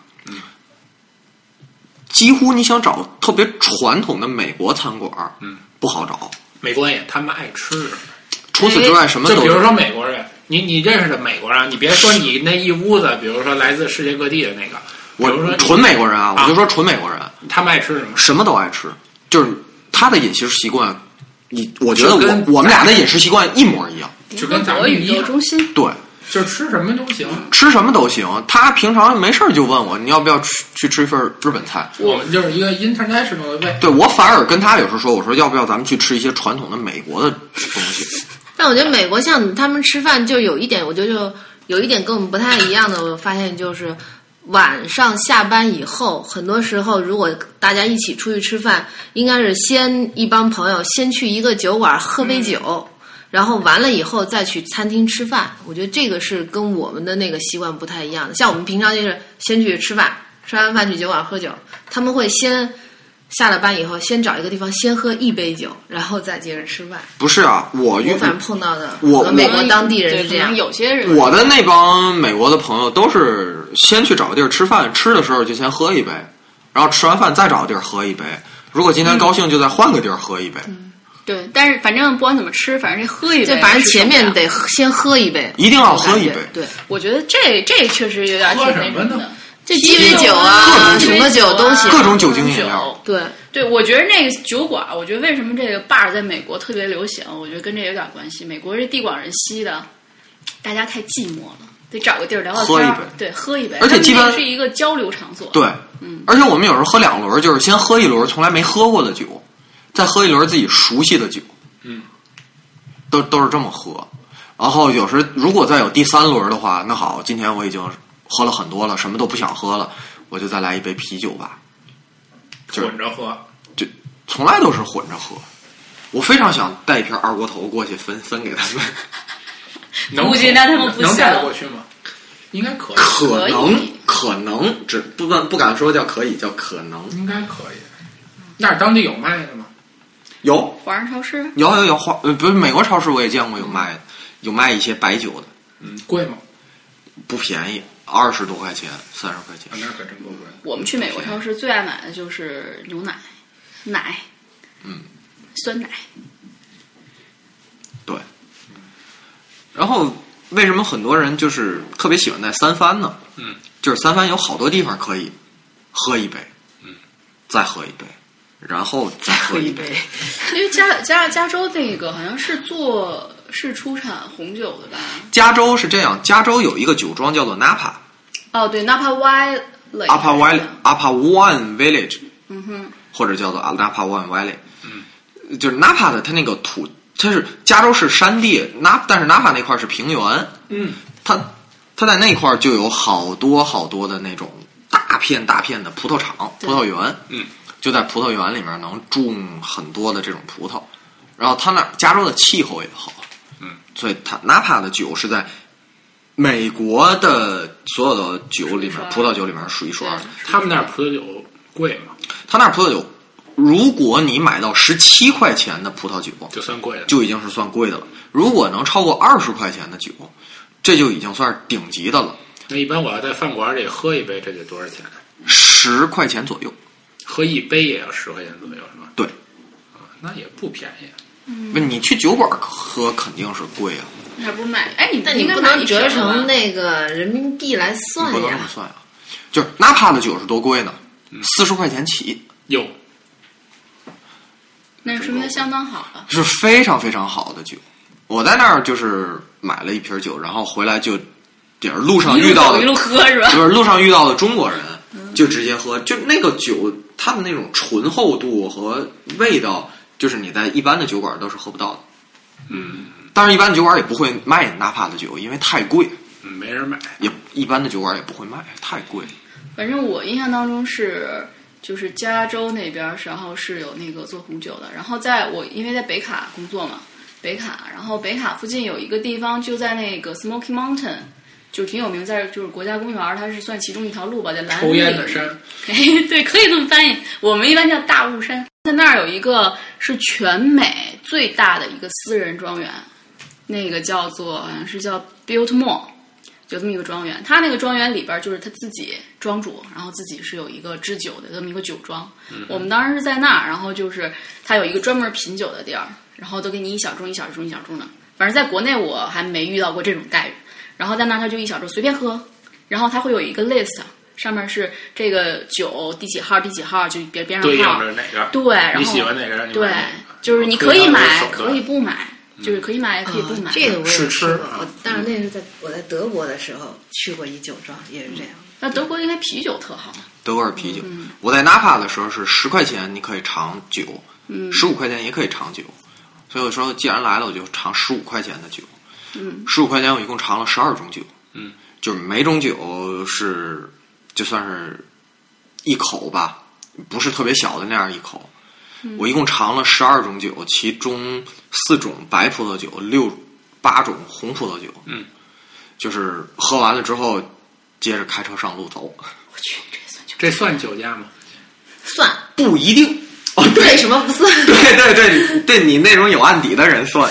[SPEAKER 1] 几乎你想找特别传统的美国餐馆儿，
[SPEAKER 2] 嗯，
[SPEAKER 1] 不好找。
[SPEAKER 2] 没关系，他们爱吃什么。
[SPEAKER 1] 除此之外，什么
[SPEAKER 2] 就
[SPEAKER 1] 都
[SPEAKER 2] 比
[SPEAKER 1] 有
[SPEAKER 2] 如说美国人，你你认识的美国人，你别说你那一屋子，比如说来自世界各地的那个，比如
[SPEAKER 1] 我
[SPEAKER 2] 说
[SPEAKER 1] 纯美国人啊，
[SPEAKER 2] 啊
[SPEAKER 1] 我就说纯美国人，
[SPEAKER 2] 他们爱吃什么？
[SPEAKER 1] 什么都爱吃，就是他的饮食习惯，你我觉得
[SPEAKER 2] 就跟
[SPEAKER 1] 我我们俩的饮食习惯一模一样，
[SPEAKER 2] 就跟咱
[SPEAKER 4] 国
[SPEAKER 2] 们
[SPEAKER 4] 宇
[SPEAKER 2] 一
[SPEAKER 4] 宙
[SPEAKER 2] 样，
[SPEAKER 4] 中心。
[SPEAKER 1] 对，
[SPEAKER 2] 就是吃什么都行。
[SPEAKER 1] 吃什么都行。他平常没事儿就问我你要不要去去吃一份日本菜，
[SPEAKER 2] 我们就是一个 international 的胃，
[SPEAKER 1] 对我反而跟他有时候说，我说要不要咱们去吃一些传统的美国的东西？
[SPEAKER 5] 但我觉得美国像他们吃饭就有一点，我觉得就有一点跟我们不太一样的，我发现就是晚上下班以后，很多时候如果大家一起出去吃饭，应该是先一帮朋友先去一个酒馆喝杯酒。然后完了以后再去餐厅吃饭，我觉得这个是跟我们的那个习惯不太一样的。像我们平常就是先去吃饭，吃完饭去酒馆喝酒，他们会先下了班以后先找一个地方先喝一杯酒，然后再接着吃饭。
[SPEAKER 1] 不是啊，我遇
[SPEAKER 5] 我反正碰到的，
[SPEAKER 1] 我
[SPEAKER 5] 和美国当地人
[SPEAKER 4] 对
[SPEAKER 5] 是这
[SPEAKER 4] 可
[SPEAKER 5] 样
[SPEAKER 4] 能。有些人
[SPEAKER 1] 我的那帮美国的朋友都是先去找个地儿吃饭，吃的时候就先喝一杯，然后吃完饭再找个地儿喝一杯。如果今天高兴，就再换个地儿喝一杯，
[SPEAKER 4] 对，但是反正不管怎么吃，反正这喝一
[SPEAKER 5] 就
[SPEAKER 4] 杯，
[SPEAKER 5] 反正前面，得先喝一杯，
[SPEAKER 1] 一定要喝一杯。
[SPEAKER 5] 对，
[SPEAKER 4] 我觉得这这确实有点挺
[SPEAKER 2] 喝
[SPEAKER 4] 那
[SPEAKER 2] 什么
[SPEAKER 4] 的
[SPEAKER 2] 呢。
[SPEAKER 5] 就鸡尾酒啊，什么酒都行。
[SPEAKER 1] 各种酒精饮料。
[SPEAKER 5] 对，
[SPEAKER 4] 对，我觉得那个酒馆，我觉得为什么这个 bar 在美国特别流行，我觉得跟这有点关系。美国这地广人稀的，大家太寂寞了，得找个地儿聊聊
[SPEAKER 1] 喝
[SPEAKER 4] 天
[SPEAKER 1] 一
[SPEAKER 4] 儿
[SPEAKER 1] 杯
[SPEAKER 4] 对，喝一杯，
[SPEAKER 1] 而且
[SPEAKER 4] 他们
[SPEAKER 1] 基
[SPEAKER 4] 那
[SPEAKER 1] 本
[SPEAKER 4] 个是一个交流场所，嗯
[SPEAKER 1] 对，而且我们有时候喝两轮，就是先喝一轮从来没喝过的酒，再喝一轮自己熟悉的酒，
[SPEAKER 2] 嗯，
[SPEAKER 1] 都都是这么喝。然后有时如果再有第三轮的话，那好，今天我已经喝了很多了，什么都不想喝了，我就再来一杯啤酒吧。就是
[SPEAKER 2] 混着喝。
[SPEAKER 1] 就从来都是混着喝。我非常想带一瓶二锅头过去分分给他们，
[SPEAKER 2] 能
[SPEAKER 4] 估计那他们不
[SPEAKER 2] 能
[SPEAKER 4] 行
[SPEAKER 2] 带得过去吗？应该可 以，
[SPEAKER 1] 可能
[SPEAKER 4] 以
[SPEAKER 1] 可能只不敢不敢说叫可以，叫可能
[SPEAKER 2] 应该可以。那儿当地有卖的吗？
[SPEAKER 1] 有
[SPEAKER 4] 华人超市
[SPEAKER 1] 有有有花，呃，不是美国超市我也见过有卖的，有卖一些白酒的，
[SPEAKER 2] 嗯，贵吗？
[SPEAKER 1] 不便宜，二十多块钱，三十块
[SPEAKER 2] 啊，
[SPEAKER 1] 钱。
[SPEAKER 2] 那可真够贵。
[SPEAKER 4] 我们去美国超市最爱买的就是牛奶、奶，
[SPEAKER 1] 嗯，
[SPEAKER 4] 酸奶。
[SPEAKER 1] 对。然后为什么很多人就是特别喜欢在三藩呢？
[SPEAKER 2] 嗯，
[SPEAKER 1] 就是三藩有好多地方可以喝一杯，
[SPEAKER 2] 嗯，
[SPEAKER 1] 再喝一杯，然后再喝一杯。
[SPEAKER 4] 因为加加加州那个好像是做是出产红酒的吧？
[SPEAKER 1] 加州是这样，加州有一个酒庄叫做 Napa
[SPEAKER 4] 哦，对，Napa Valley。
[SPEAKER 1] Upper Valley Upper One Village，
[SPEAKER 4] 嗯哼，
[SPEAKER 1] 或者叫做 Napa One Valley，嗯，就是 Napa 的它那个土，它是加州是山地，那但是 Napa 那块儿是平原，
[SPEAKER 2] 嗯，
[SPEAKER 1] 它它在那块儿就有好多好多的那种大片大片的葡萄厂、
[SPEAKER 4] 对
[SPEAKER 1] 葡萄园，
[SPEAKER 2] 嗯，
[SPEAKER 1] 就在葡萄园里面能种很多的这种葡萄，然后它那儿加州的气候也好，
[SPEAKER 2] 嗯，
[SPEAKER 1] 所以它 Napa 的酒是在。美国的所有的酒里面
[SPEAKER 4] 数一数，二
[SPEAKER 1] 葡萄酒里面是数一数二的。
[SPEAKER 2] 他们那儿葡萄酒贵吗？
[SPEAKER 1] 他那儿葡萄酒，如果你买到十七块钱的葡萄酒，
[SPEAKER 2] 就算贵了。
[SPEAKER 1] 就已经是算贵的了。如果能超过二十块钱的酒，这就已经算是顶级的了，
[SPEAKER 2] 那一般我要在饭馆里喝一杯，这得多少钱？啊
[SPEAKER 1] 十块钱左右。
[SPEAKER 2] 喝一杯也要十块钱左右，是吧？啊
[SPEAKER 1] 对，
[SPEAKER 2] 那也不便宜。啊
[SPEAKER 1] 不你去酒馆喝肯定是贵啊，
[SPEAKER 4] 还不如买？哎，你
[SPEAKER 5] 但你
[SPEAKER 4] 应该
[SPEAKER 5] 不
[SPEAKER 4] 买
[SPEAKER 5] 能
[SPEAKER 4] 一
[SPEAKER 5] 折
[SPEAKER 4] 瓶吧
[SPEAKER 5] 成那个人民币来
[SPEAKER 1] 你
[SPEAKER 5] 算
[SPEAKER 1] 不能这么
[SPEAKER 5] 呀。
[SPEAKER 1] 算啊。就是纳帕的酒是多贵呢？四十块钱起，
[SPEAKER 2] 有
[SPEAKER 4] 那说明它相当好了。
[SPEAKER 1] 是非常非常好的酒。我在那儿就是买了一瓶酒，然后回来就，也是路上
[SPEAKER 4] 一路
[SPEAKER 1] 啊遇到
[SPEAKER 4] 走
[SPEAKER 1] 的
[SPEAKER 4] 一路喝是吧？
[SPEAKER 1] 就是路上遇到的中国人，就直接喝，就那个酒，它的那种醇厚度和味道，就是你在一般的酒馆都是喝不到的。
[SPEAKER 2] 嗯，
[SPEAKER 1] 当然，一般的酒馆也不会卖纳帕的酒，因为太贵，
[SPEAKER 2] 嗯没人买。
[SPEAKER 1] 也一般的酒馆也不会卖，太贵。
[SPEAKER 4] 反正我印象当中是，就是加州那边儿，然后是有那个做红酒的。然后在我因为在北卡工作嘛，北卡，然后北卡附近有一个地方，就在那个 Smoky Mountain，就是挺有名，在就是国家公园儿，它是算其中一条路吧，在蓝
[SPEAKER 2] 抽
[SPEAKER 4] 里
[SPEAKER 2] 烟的山，
[SPEAKER 4] 哎，对，可以这么翻译。我们一般叫大雾山，在那儿有一个是全美最大的一个私人庄园，那个叫做好像是叫 Biltmore，有这么一个庄园。它那个庄园里边儿就是他自己庄主，然后自己是有一个制酒的这么一个酒庄。我们当时是在那儿，然后就是他有一个专门品酒的地儿，然后都给你一小盅一小盅一小盅的。反正在国内我还没遇到过这种待遇。然后在那儿他就一小盅随便喝，然后它会有一个 list，上面是这个酒第几号第几号，就别边
[SPEAKER 2] 对
[SPEAKER 4] 上
[SPEAKER 2] 应
[SPEAKER 4] 号
[SPEAKER 2] 着。哪个？
[SPEAKER 4] 对，然
[SPEAKER 2] 你
[SPEAKER 4] 后
[SPEAKER 2] 喜欢哪个让你买
[SPEAKER 4] 对
[SPEAKER 2] 哪个，
[SPEAKER 4] 就是你可以买，
[SPEAKER 2] 可
[SPEAKER 4] 可以不买，
[SPEAKER 1] 嗯
[SPEAKER 4] 就是可以买也可以不买
[SPEAKER 5] 啊。这个我也
[SPEAKER 2] 试
[SPEAKER 5] 试
[SPEAKER 2] 吃
[SPEAKER 5] 过
[SPEAKER 2] 啊，
[SPEAKER 5] 我但是那是在我在德国的时候去过一酒庄，也是这样。
[SPEAKER 4] 那德国应该啤酒特好，
[SPEAKER 1] 德国尔啤酒，我在纳帕的时候是十块钱你可以尝酒，
[SPEAKER 4] 嗯
[SPEAKER 1] 十五块钱也可以尝酒，所以我说既然来了，我就尝十五块钱的酒。
[SPEAKER 4] 嗯，
[SPEAKER 1] 十五块钱我一共尝了十二种酒，
[SPEAKER 2] 嗯，
[SPEAKER 1] 就是每种酒是就算是一口吧，不是特别小的那样一口。
[SPEAKER 4] 嗯
[SPEAKER 1] 我一共尝了十二种酒，其中四种白葡萄酒，六八种红葡萄酒。
[SPEAKER 2] 嗯，
[SPEAKER 1] 就是喝完了之后，接着开车上路走，
[SPEAKER 2] 这算酒驾吗？
[SPEAKER 5] 算
[SPEAKER 1] 不一定。哦，
[SPEAKER 5] 为什么不算？
[SPEAKER 1] 对对对，对你那种有案底的人算。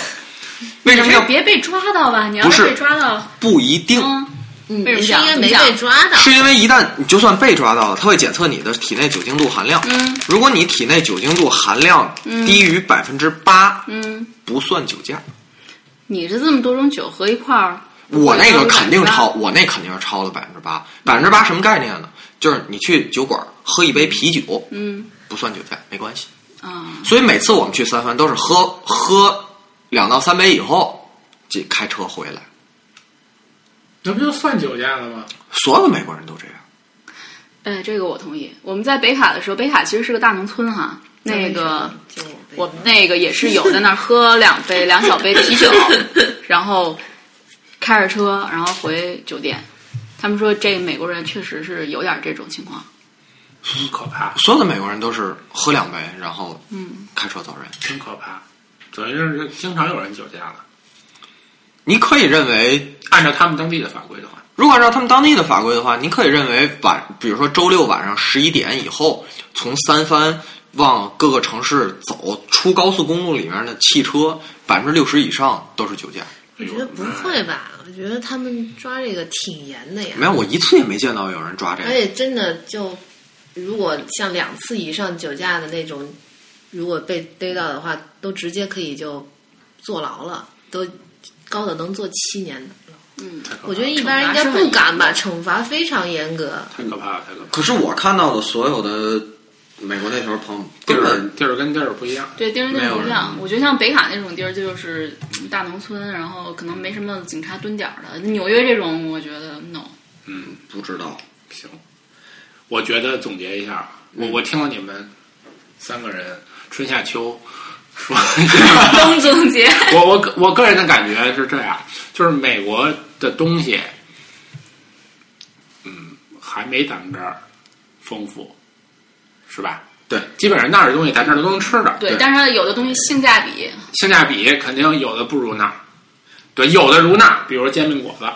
[SPEAKER 1] 为什么
[SPEAKER 4] 你
[SPEAKER 1] 叫
[SPEAKER 4] 别被抓到吧？你要
[SPEAKER 1] 不是
[SPEAKER 4] 被抓到，
[SPEAKER 1] 不一定？
[SPEAKER 4] 嗯，
[SPEAKER 5] 嗯，
[SPEAKER 4] 为
[SPEAKER 5] 你
[SPEAKER 4] 什
[SPEAKER 5] 是
[SPEAKER 4] 么
[SPEAKER 5] 因为没
[SPEAKER 4] 讲
[SPEAKER 5] 被抓到。
[SPEAKER 1] 是因为一旦你就算被抓到了，他会检测你的体内酒精度含量。
[SPEAKER 4] 嗯，
[SPEAKER 1] 如果你体内酒精度含量低于百分之八，
[SPEAKER 4] 嗯，
[SPEAKER 1] 不算酒驾。
[SPEAKER 4] 你这这么多种酒合一块儿，
[SPEAKER 1] 我那个肯定超，
[SPEAKER 4] 100%
[SPEAKER 1] 我那肯定是超了百分之八。百分之八什么概念呢？就是你去酒馆喝一杯啤酒，
[SPEAKER 4] 嗯
[SPEAKER 1] 不算酒驾，没关系。
[SPEAKER 4] 啊，
[SPEAKER 1] 所以每次我们去三藩都是喝喝两到三杯以后，这开车回来，
[SPEAKER 2] 那不就算酒驾了吗？
[SPEAKER 1] 所有的美国人都这样。
[SPEAKER 4] 哎，这个我同意。我们在北卡的时候，北卡其实是个大农村哈，那个
[SPEAKER 5] 就
[SPEAKER 4] 我们那个也是有在那儿喝两杯两小杯 啤酒，然后开着车，然后回酒店。他们说这美国人确实是有点这种情况，
[SPEAKER 2] 真可怕，
[SPEAKER 1] 所有的美国人都是喝两杯，然后
[SPEAKER 4] 嗯，
[SPEAKER 1] 开车走人。
[SPEAKER 2] 真可怕。总之是经常有人酒驾了。
[SPEAKER 1] 你可以认为，
[SPEAKER 2] 按照他们当地的法规的话，
[SPEAKER 1] 如果按照他们当地的法规的话，你可以认为晚，比如说周六晚上十一点以后，从三藩往各个城市走，出高速公路里面的汽车百分之六十以上都是酒驾。
[SPEAKER 5] 我觉得不会吧？我觉得他们抓这个挺严的呀，
[SPEAKER 1] 没有，我一次也没见到有人抓这
[SPEAKER 5] 而
[SPEAKER 1] 个。
[SPEAKER 5] 且真的就如果像两次以上酒驾的那种，如果被逮到的话，都直接可以就坐牢了，都高的能坐七年的。
[SPEAKER 2] 太可怕了
[SPEAKER 5] 我觉得一般人应该不敢吧，惩罚非常严格。
[SPEAKER 2] 太可怕了，太可怕
[SPEAKER 1] 可是我看到的所有的美国那头朋友
[SPEAKER 2] 了。地
[SPEAKER 1] 根
[SPEAKER 2] 儿
[SPEAKER 1] 本
[SPEAKER 2] 地儿跟地儿不一样，
[SPEAKER 4] 对，地儿跟
[SPEAKER 1] 没
[SPEAKER 4] 地
[SPEAKER 1] 有
[SPEAKER 4] 儿不一
[SPEAKER 1] 人
[SPEAKER 4] 样。我觉得像北卡那种地儿，就是嗯大农村，然后可能没什么警察蹲点儿的。纽约这种，我觉得 no。
[SPEAKER 2] 嗯，
[SPEAKER 1] 不知道。
[SPEAKER 2] 行。我觉得总结一下，
[SPEAKER 4] 嗯
[SPEAKER 2] 我我听了你们三个人春夏秋 说，
[SPEAKER 4] 东总 结，
[SPEAKER 2] 我我个我个人的感觉是这样，就是美国的东西，嗯，还没咱们这儿丰富，是吧？
[SPEAKER 1] 对，
[SPEAKER 2] 基本上那儿的东西咱这儿都能吃的，
[SPEAKER 4] 对，但是它有的东西性价比，
[SPEAKER 2] 性价比肯定有的不如那儿，对，有的如那儿，比如煎饼果子，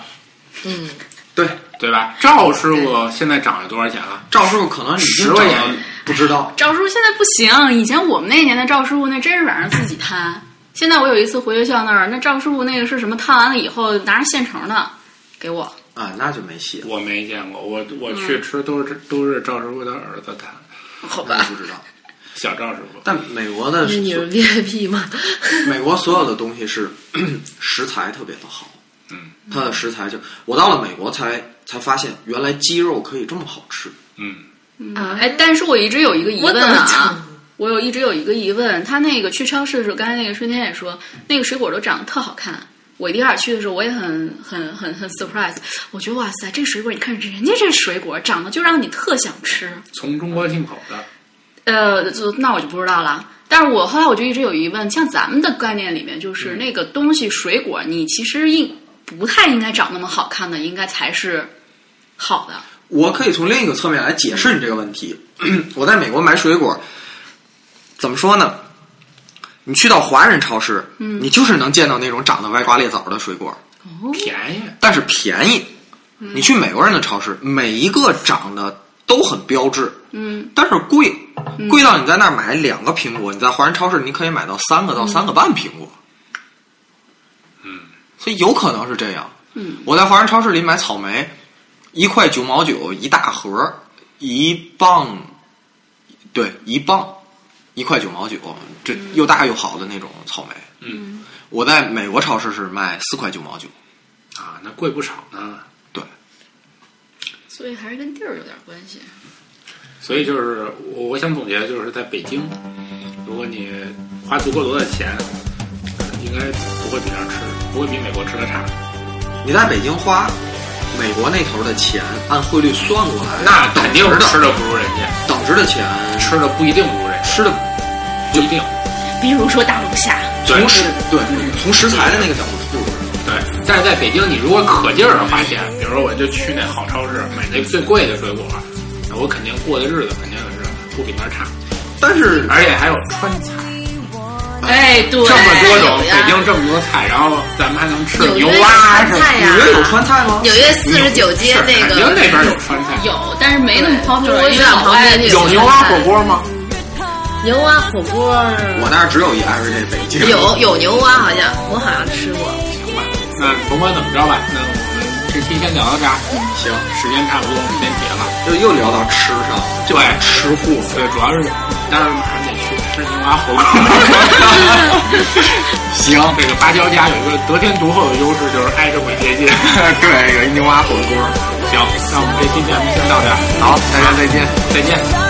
[SPEAKER 5] 嗯，
[SPEAKER 1] 对，
[SPEAKER 2] 对吧？赵师傅现在涨了多少钱了？
[SPEAKER 1] 赵师傅可能你
[SPEAKER 2] 十块钱
[SPEAKER 1] 不知道。
[SPEAKER 4] 赵师傅现在不行，以前我们那年的赵师傅那真是晚上自己摊。现在我有一次回学校那儿，那赵师傅那个是什么摊完了以后拿着现成的给我，
[SPEAKER 1] 啊，那就没戏了，
[SPEAKER 2] 我没见过，我我去吃都是、都是赵师傅的儿子摊，
[SPEAKER 4] 好
[SPEAKER 1] 那
[SPEAKER 4] 吧
[SPEAKER 1] 就？不知道。
[SPEAKER 2] 小赵师傅。
[SPEAKER 1] 但美国的
[SPEAKER 5] 那你嗯是 VIP 吗？
[SPEAKER 1] 美国所有的东西是 食材特别的好，
[SPEAKER 2] 嗯，
[SPEAKER 1] 它的食材就我到了美国才才发现，原来鸡肉可以这么好吃。
[SPEAKER 2] 嗯，
[SPEAKER 5] 啊，
[SPEAKER 4] 哎，但是我一直有一个疑
[SPEAKER 5] 我
[SPEAKER 4] 问
[SPEAKER 5] 怎么
[SPEAKER 4] 啊
[SPEAKER 5] 讲，
[SPEAKER 4] 我有一直有一个疑问，他那个去超市的时候，刚才那个春天也说，那个水果都长得特好看。我第一开始去的时候，我也很很很很 surprise，我觉得哇塞，这水果你看人家这水果长得就让你特想吃。
[SPEAKER 2] 从中国进口的，
[SPEAKER 4] 呃，就那我就不知道了。但是我后来我就一直有疑问，像咱们的概念里面，就是那个东西水果，你其实应不太应该长那么好看的，应该才是好的。
[SPEAKER 1] 我可以从另一个侧面来解释你这个问题。 我在美国买水果，怎么说呢？你去到华人超市，嗯，你就是能见到那种长得歪瓜裂枣的水果，
[SPEAKER 2] 便宜，
[SPEAKER 1] 但是便宜。你去美国人的超市，每一个长得都很标致，
[SPEAKER 4] 嗯，
[SPEAKER 1] 但是贵，贵到你在那儿买两个苹果，你在华人超市你可以买到三个到三个半苹果。
[SPEAKER 2] 嗯，
[SPEAKER 1] 所以有可能是这样。
[SPEAKER 4] 嗯，
[SPEAKER 1] 我在华人超市里买草莓，一块九毛九一大盒，一磅，对，一磅，一块九毛九，这又大又好的那种草莓。
[SPEAKER 2] 嗯，
[SPEAKER 1] 我在美国超市是卖四块九毛九。
[SPEAKER 2] 啊，那贵不少呢。
[SPEAKER 1] 对，
[SPEAKER 4] 所以还是跟地儿有点关系。
[SPEAKER 2] 所以就是我我想总结，就是在北京，如果你花足够多的钱，应该不会比那儿吃，不会比美国吃的差。
[SPEAKER 1] 你在北京花美国那头的钱，按汇率算过来，
[SPEAKER 2] 那肯定是
[SPEAKER 1] 等值
[SPEAKER 2] 吃
[SPEAKER 1] 的
[SPEAKER 2] 的不如人家，
[SPEAKER 1] 等值的钱，
[SPEAKER 2] 吃的不一定不如人家，
[SPEAKER 1] 吃的
[SPEAKER 2] 不一定。
[SPEAKER 4] 比如说大龙虾，
[SPEAKER 2] 对
[SPEAKER 1] 从食对从食材的那个角度出发，
[SPEAKER 2] 对，但是在北京，你如果可劲儿的花钱，比如说我就去那好超市买那最贵的水果，那我肯定过的日子肯定是不比那儿差，
[SPEAKER 1] 但是
[SPEAKER 2] 而且还有川菜，
[SPEAKER 4] 哎，对，
[SPEAKER 2] 这么多种
[SPEAKER 5] 有呀
[SPEAKER 2] 北京这么多菜，然后咱们还能吃
[SPEAKER 5] 纽约
[SPEAKER 2] 牛
[SPEAKER 5] 有
[SPEAKER 2] 蛙
[SPEAKER 5] 川
[SPEAKER 2] 什么
[SPEAKER 5] 菜
[SPEAKER 2] 的。
[SPEAKER 1] 哎纽约有
[SPEAKER 5] 呀，
[SPEAKER 1] 川菜吗？
[SPEAKER 5] 纽约四十九街
[SPEAKER 2] 是
[SPEAKER 5] 那
[SPEAKER 2] 肯
[SPEAKER 5] 个
[SPEAKER 2] 定那边有川菜，
[SPEAKER 4] 有，但是没那么
[SPEAKER 5] 对
[SPEAKER 4] popular，
[SPEAKER 5] 就是
[SPEAKER 4] 因
[SPEAKER 5] 一
[SPEAKER 4] 为
[SPEAKER 5] 辆
[SPEAKER 4] 老
[SPEAKER 5] 旁边
[SPEAKER 4] 外
[SPEAKER 5] 就
[SPEAKER 2] 有牛蛙火锅吗？
[SPEAKER 5] 牛蛙火锅儿，
[SPEAKER 1] 我那儿只有一 everyday 北京。
[SPEAKER 5] 有有牛蛙好像，我好像吃过。
[SPEAKER 2] 行吧，那甭管怎么着吧，那我们这期先聊到这儿，嗯
[SPEAKER 1] 行，
[SPEAKER 2] 时间差不多，时间结了。
[SPEAKER 1] 又又聊到吃上了，
[SPEAKER 2] 对，
[SPEAKER 1] 吃货
[SPEAKER 2] 对，主要是待会儿马上得去吃牛蛙火锅。
[SPEAKER 1] 行，
[SPEAKER 2] 这个芭蕉家有一个得天独厚的优势，就是挨着鬼街近。
[SPEAKER 1] 对，有一牛蛙火锅。
[SPEAKER 2] 行，那我们这期节目先到这儿，
[SPEAKER 1] 好，大家再见。
[SPEAKER 2] 再见。